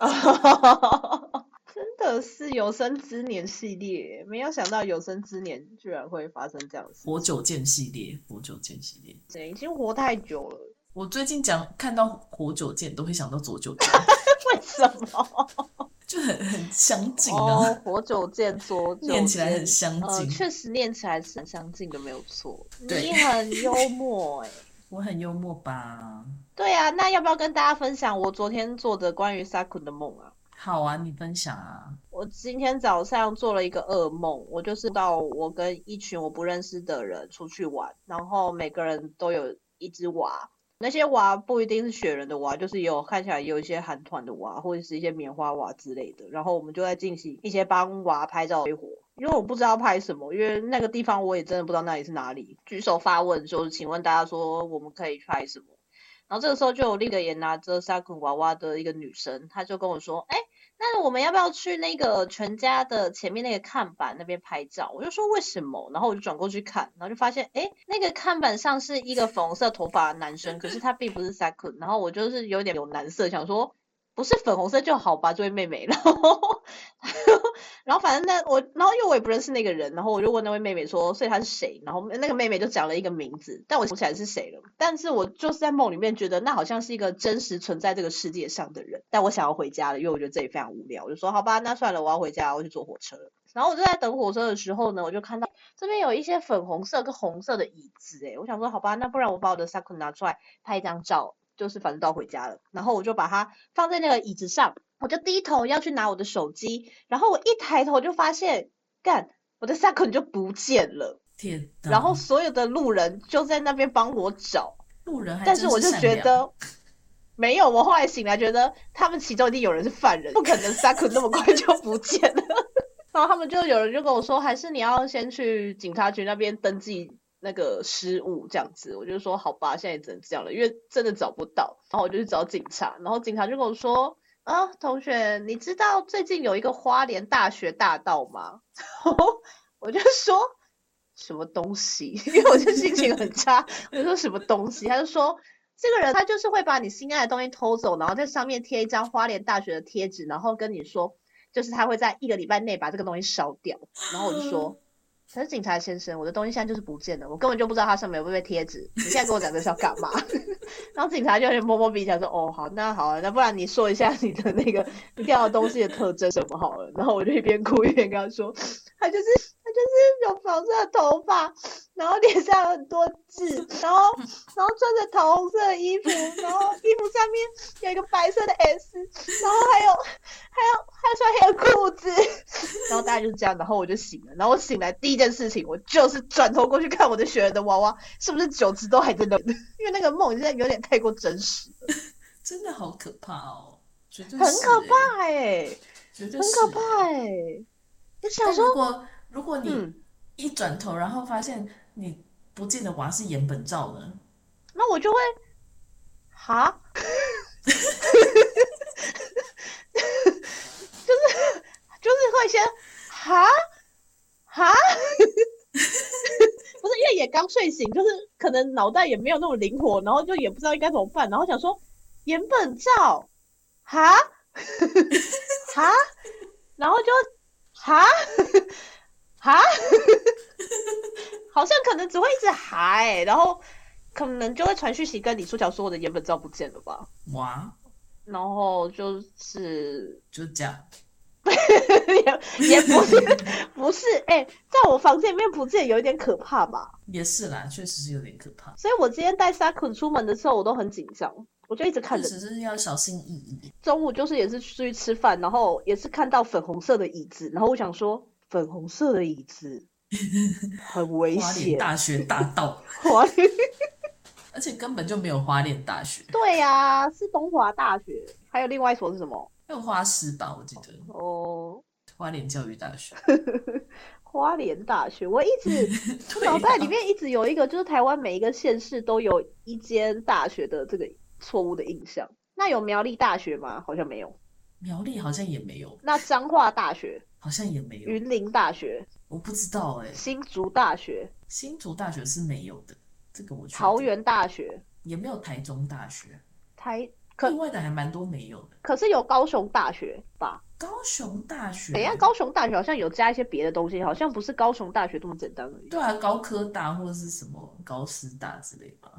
A: 真的是有生之年系列，没有想到有生之年居然会发生这样的事
B: 活久见系列，活久见系列。
A: 情，已经活太久了，
B: 我最近讲看到活久见都会想到左久见，
A: 为什么？
B: 就很很相近啊，
A: 哦，活久见，左久
B: 念起来
A: 见
B: 很相
A: 呃，
B: 近。
A: 确实念起来是很相近的，没有错。
B: 对
A: 你很幽默哎、
B: 我很幽默吧？
A: 对啊，那要不要跟大家分享我昨天做的关于萨库的梦啊？
B: 好啊，你分享啊。
A: 我今天早上做了一个噩梦，我就是到我跟一群我不认识的人出去玩，然后每个人都有一只娃，那些娃不一定是雪人的娃，就是也有看起来有一些韩团的娃，或者是一些棉花娃之类的。然后我们就在进行一些帮娃拍照的活，因为我不知道拍什么，因为那个地方我也真的不知道那里是哪里。举手发问就是，请问大家说我们可以拍什么？然后这个时候就有另一个也拿着沙捆娃娃的一个女生，她就跟我说：“哎、那我们要不要去那个全家的前面那个看板那边拍照？我就说为什么？然后我就转过去看，然后就发现，诶，那个看板上是一个粉红色头发的男生，可是他并不是 Sakun。然后我就是有点有难色，想说不是粉红色就好吧，这位妹妹。然后， 然后反正那我，然后因为我也不认识那个人，然后我就问那位妹妹说，所以她是谁？然后那个妹妹就讲了一个名字，但我想不起来是谁了。但是我就是在梦里面觉得那好像是一个真实存在这个世界上的人，但我想要回家了，因为我觉得这里非常无聊，我就说好吧，那算了，我要回家，我去坐火车了。然后我就在等火车的时候呢，我就看到这边有一些粉红色跟红色的椅子，欸诶，我想说好吧，那不然我把我的 s a k u 拿出来拍一张照，就是反正都要回家了，然后我就把它放在那个椅子上，我就低头要去拿我的手机，然后我一抬头就发现，干，我的 s a k u 就不见了，
B: 天哪！
A: 然后所有的路人就在那边帮我找，
B: 路人还
A: 但
B: 真
A: 是我就
B: 善
A: 觉
B: 良，
A: 得。没有，我后来醒来觉得他们其中一定有人是犯人，不可能 s a k u 那么快就不见了。 然后他们就有人就跟我说，还是你要先去警察局那边登记那个失误这样子。我就说好吧，现在也只能这样了，因为真的找不到。然后我就去找警察，然后警察就跟我说，啊，同学，你知道最近有一个花莲大学大道吗？ 我就说什么东西， 因为我就心情很差，我就说什么东西，他就说。这个人他就是会把你心爱的东西偷走，然后在上面贴一张花莲大学的贴纸，然后跟你说，就是他会在一个礼拜内把这个东西烧掉。然后我就说，可是警察先生，我的东西现在就是不见了，我根本就不知道它上面有没有被贴纸。你现在跟我讲这是要干嘛？ 然后警察就有点摸摸鼻子，想说，哦，好，那好，那不然你说一下你的那个你掉的东西的特征什么好了。然后我就一边哭一边跟他说，他就是他就是有粉红色的头发，然后脸上有很多痣，然后然后穿着桃红色的衣服，然后衣服上面有一个白色的 S，然后还有还有还有穿黑的裤子，然后大概就是这样，然后我就醒了，然后我醒来第一件事情，我就是转头过去看我的雪人的娃娃是不是九只都还在那里，因为那个梦现在有点太过真实，
B: 真的好可怕哦，绝对
A: 很
B: 是
A: 可
B: 欸，
A: 怕哎、
B: 绝对
A: 很
B: 是
A: 可怕
B: 欸。
A: 哎、我想
B: 但如
A: 说，
B: 果如果你
A: 嗯，
B: 一转头，然后发现你不见的娃是岩本照呢？
A: 那我就会，哈， 就是就是会先 刚睡醒，就是可能脑袋也没有那么灵活，然后就也不知道应该怎么办，然后想说岩本照，哈，哈，然后就哈，哈， 好像可能只会一直哈哎、然后可能就会传讯息跟李书乔说我的岩本照不见了吧，
B: 哇，
A: 然后就是
B: 就这样，
A: 也也不是不是，哎、在我房间里面不见有一点可怕吧？
B: 也是啦，确实是有点可怕，
A: 所以我今天带 s a k u 出门的时候，我都很紧张，我就一直看
B: 确
A: 着。
B: 实是要小心翼翼。
A: 中午就是也是出去吃饭，然后也是看到粉红色的椅子，然后我想说粉红色的椅 子很危
B: 花莲
A: 险，
B: 大学大道，
A: 华
B: 而且根本就没有花莲大学，
A: 对呀、是东华大学，还有另外一所是什么？
B: 还有花师吧，我记得
A: 哦，
B: 花莲教育大学。
A: 花莲大学，我一直。
B: 对 啊
A: 脑袋里面一直有一个，就是台湾每一个县市都有一间大学的这个错误的印象。那有苗栗大学吗？好像没有。
B: 苗栗好像也没有，
A: 那彰化大学、
B: 好像也没 有，
A: 云林大学、
B: 我不知道哎、
A: 新竹大学、
B: 新竹大学是没有的，这个我确定
A: 桃园大学、
B: 也没有台中大学，
A: 台，可
B: 另外的还蛮多没有的。
A: 可是有高雄大学吧？
B: 高雄大学，
A: 等一下，高雄大学好像有加一些别的东西，好像不是高雄大学这么简单而已。
B: 对啊，高科大或者是什么高师大之类吧。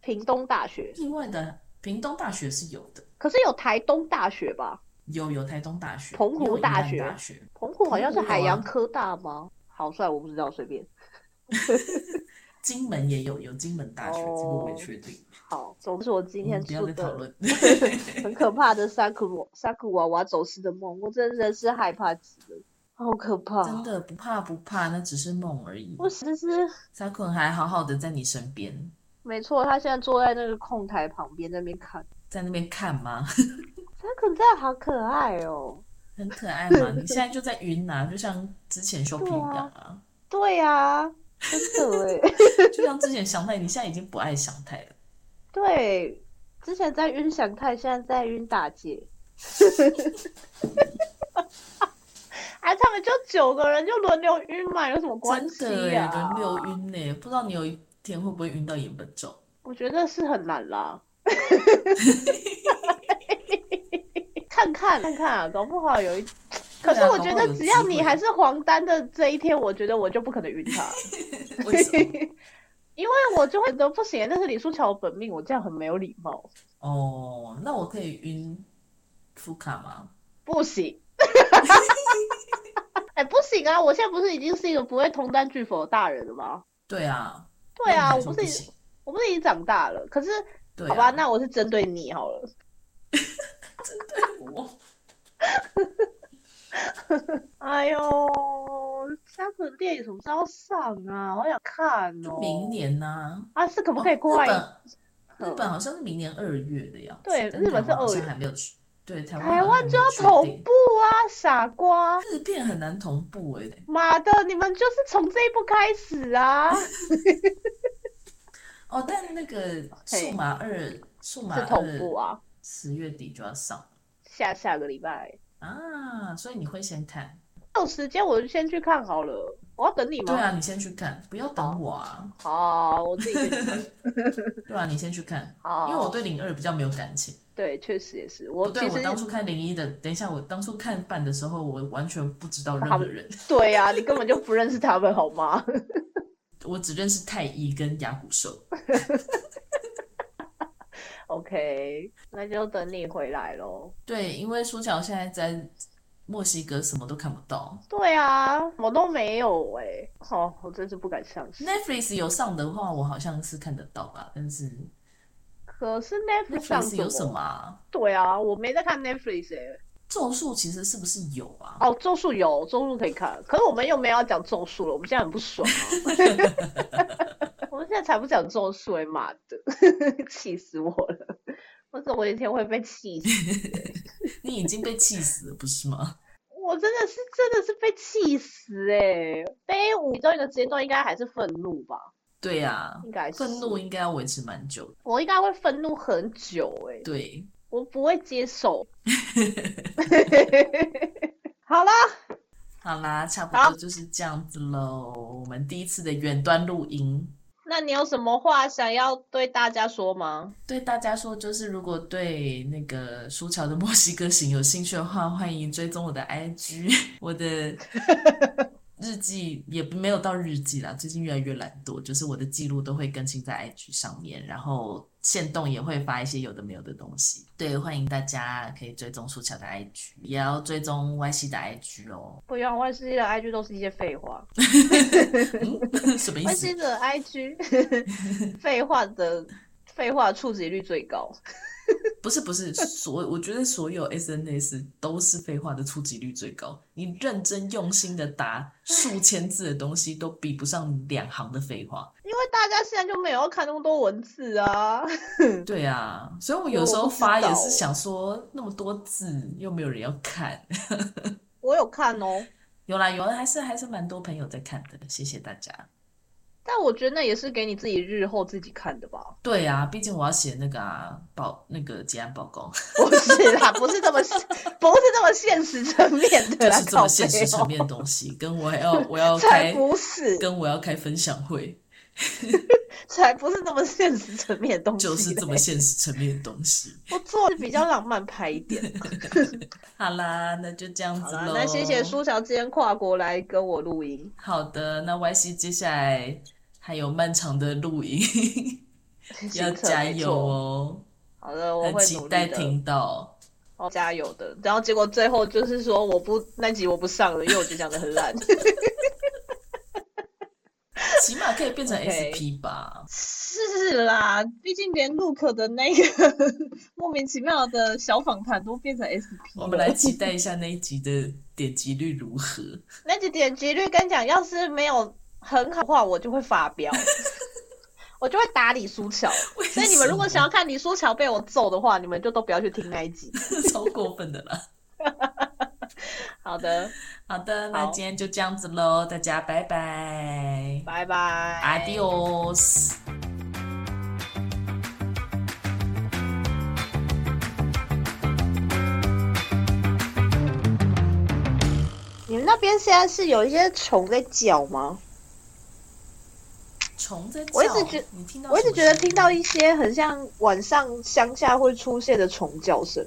A: 屏东大学，
B: 另外的屏东大学是有的，
A: 可是有台东大学吧？
B: 有有台东大学、
A: 澎湖
B: 有宜兰
A: 大学
B: 大学，
A: 澎湖好像是
B: 澎湖有啊
A: 海洋科大吗？好帅，我不知道，随便。
B: 金门也有有金门大学，
A: 哦
B: 这个我也确定。
A: 好，总之我今
B: 我
A: 天
B: 嗯们不要
A: 住
B: 再
A: 的
B: 讨论。
A: 很可怕的沙库沙库娃娃走失的梦，我真的是害怕极了，好可怕！
B: 真，的不怕不怕，那只是梦而已。
A: 我其实
B: 沙坤还好好的在你身边，
A: 没错，他现在坐在那个控台旁边那边看，
B: 在那边看吗？
A: 沙库真的好可爱哦。
B: 很可爱嘛！你现在就在云南，就像之前修平一样啊，
A: 对呀、啊，真的 哎，
B: 就像之前祥太，你现在已经不爱祥太了。
A: 对，之前在晕想太，现在在晕大姐。 啊，他们就九个人就轮流晕嘛，有什么关系啊
B: 真的耶
A: 呀、
B: 轮流晕呢，不知道你有一天会不会晕到眼本 咒？
A: 我觉得是很难 啦。看看看看啊，搞不好有一。可是我觉得只要你还是黄单的这一天，我觉得我就不可能晕他，
B: 为什么？
A: 因为我就会觉得不行，那是李书乔的本命，我这样很没有礼貌，
B: 哦，那我可以晕福卡吗？
A: 不 行。哎、不行啊！我现在不是已经是一个不会同担拒否的大人了吗？
B: 对啊，
A: 对啊，
B: 那
A: 我
B: 你还说
A: 不
B: 不
A: 是
B: 行。
A: 我不是已经长大了，可是、
B: 对啊，
A: 好吧，那我是针对你好了。
B: 我
A: 哎呦，香港电影什么时候上啊？好想看哦。
B: 明年呢？
A: 啊，是可不
B: 哦
A: 可以过来？
B: 日本
A: 嗯
B: 日本好像是明年二月的样子，
A: 对
B: 但
A: 日本是
B: 台湾好
A: 二月
B: 像还没有去。对，台湾
A: 台
B: 好像还
A: 湾
B: 没
A: 就
B: 有
A: 要
B: 确
A: 同
B: 定
A: 步啊，傻瓜！
B: 日片很难同步哎、
A: 妈的，你们就是从这一步开始啊！
B: 哦，但那个数码二，数码
A: 是同步
B: 二
A: 啊，
B: 十月底就要上
A: 下下个礼拜
B: 啊，所以你会先看？
A: 有时间我就先去看好了。我要等你
B: 对
A: 吗？
B: 啊，你先去看，不要等我啊。
A: 好、我自己先去 看。
B: 对啊，你先去看，
A: 好，
B: 因为我对零二比较没有感情。
A: 对，确实也是，
B: 不
A: 哦我
B: 对，啊
A: 其
B: 我
A: 实
B: 当初看零一的，等一下，我当初看半的时候，我完全不知道任
A: 他
B: 何
A: 们
B: 人，
A: 对啊，你根本就不认识他们好吗？
B: 我只认识太一跟雅虎兽。
A: OK，那就等你回来喽。
B: 对，因为苏乔现在在墨西哥，什么都看不到。
A: 对啊，我都没有哎、好、我真是不敢相信。
B: Netflix 有上的话，我好像是看得到吧，但是
A: 可是 Netflix 上
B: Netflix 有什么？啊？
A: 对啊，我没在看 Netflix 哎、
B: 咒术其实是不是有啊？
A: 哦，咒术有，咒术可以看，可是我们又没有要讲咒术了，我们现在很不爽 啊。我们现在才不讲咒术哎、妈的，气死我了！我怎么有一天会被气 死？
B: 你已经被气死了，不是吗？
A: 我真的是真的是被气死哎、非五中一个阶段应该还是愤怒吧？
B: 对呀、
A: 应该
B: 啊，
A: 是
B: 愤怒，应该要维持蛮久的。
A: 我应该会愤怒很久哎、
B: 对，
A: 我不会接 手。 好啦，
B: 好啦，差不
A: 好
B: 多就是这样子喽。我们第一次的远端录音，
A: 那你有什么话想要对大家说吗？
B: 对大家说，就是如果对那个舒乔的墨西哥行有兴趣的话，欢迎追踪我的 IG，我的日记也没有到日记啦，最近越来越懒惰，就是我的记录都会更新在 IG 上面，然后线动也会发一些有的没有的东西。对，欢迎大家可以追踪舒乔的 IG，也要追踪 YC 的 IG 哦。
A: 不用，万事的 IG 都是一些废话，
B: 嗯 什么意
A: 万
B: 思
A: 事？的 IG 废话的废话触及率最高。
B: 不是不是，所我觉得所有 SNS 都是废话的触及率最高。你认真用心的打数千字的东西，都比不上两行的废话。
A: 因为大家现在就没有要看那么多文字啊，
B: 对啊，所以我
A: 我
B: 有时候
A: 不知
B: 发也
A: 道
B: 是想说，那么多字又没有人要看。
A: 我有看哦，
B: 有啦有啦，还是还是蛮多朋友在看的，谢谢大家。
A: 但我觉得那也是给你自己日后自己看的吧。
B: 对啊，毕竟我要写那个啊报那个结案报告，
A: 不是啦，不是这么 不是这么现实层面的
B: 就
A: 啦，
B: 是这么
A: 靠
B: 现实
A: 背
B: 层
A: 哦
B: 面的东西，跟我还要我要
A: 才
B: 开
A: 不是，
B: 跟我要开分享会，
A: 才不是这么现实层面的东西嘞。
B: 就是这么现实层面的东西。
A: 我做的比较浪漫派一 点。
B: 好啦，那就这样
A: 好
B: 子
A: 啦，
B: 喽。
A: 那谢谢。苏乔今天跨国来跟我录音，
B: 好的，那 YC 接下来还有漫长的 录音，要
A: 行程
B: 加
A: 没
B: 油
A: 错。
B: 哦，
A: 好的，我
B: 很
A: 会
B: 期
A: 努
B: 待
A: 力的，
B: 听到。
A: 哦，加油的。然后结果最后就是说我不那集我不上了，因为我觉得讲的很烂。
B: 起码可以变成
A: OK
B: SP 吧。
A: 是啦，毕竟连 Look 的那个 莫名其妙的小访谈都变成 SP 了。
B: 我们来期待一下那一集的点击率如何。
A: 那几点击率，跟你讲，要是没有很好的话，我就会发 飙，我就会打李书乔。 所以你们如果想要看李书乔被我揍的话，你们就都不要去听那一集。
B: 要 超过分的啦。
A: 好的，
B: 好的，那
A: 好
B: 今天就这样子喽，大家拜拜
A: 拜拜。
B: ，Adios。
A: 你们那边现在是有一些虫在叫吗？
B: 虫在叫，
A: 我一直觉
B: 你听到
A: 我一直
B: 什么
A: 觉得听到
B: 声音
A: 一些很像晚上乡下会出现的虫叫声。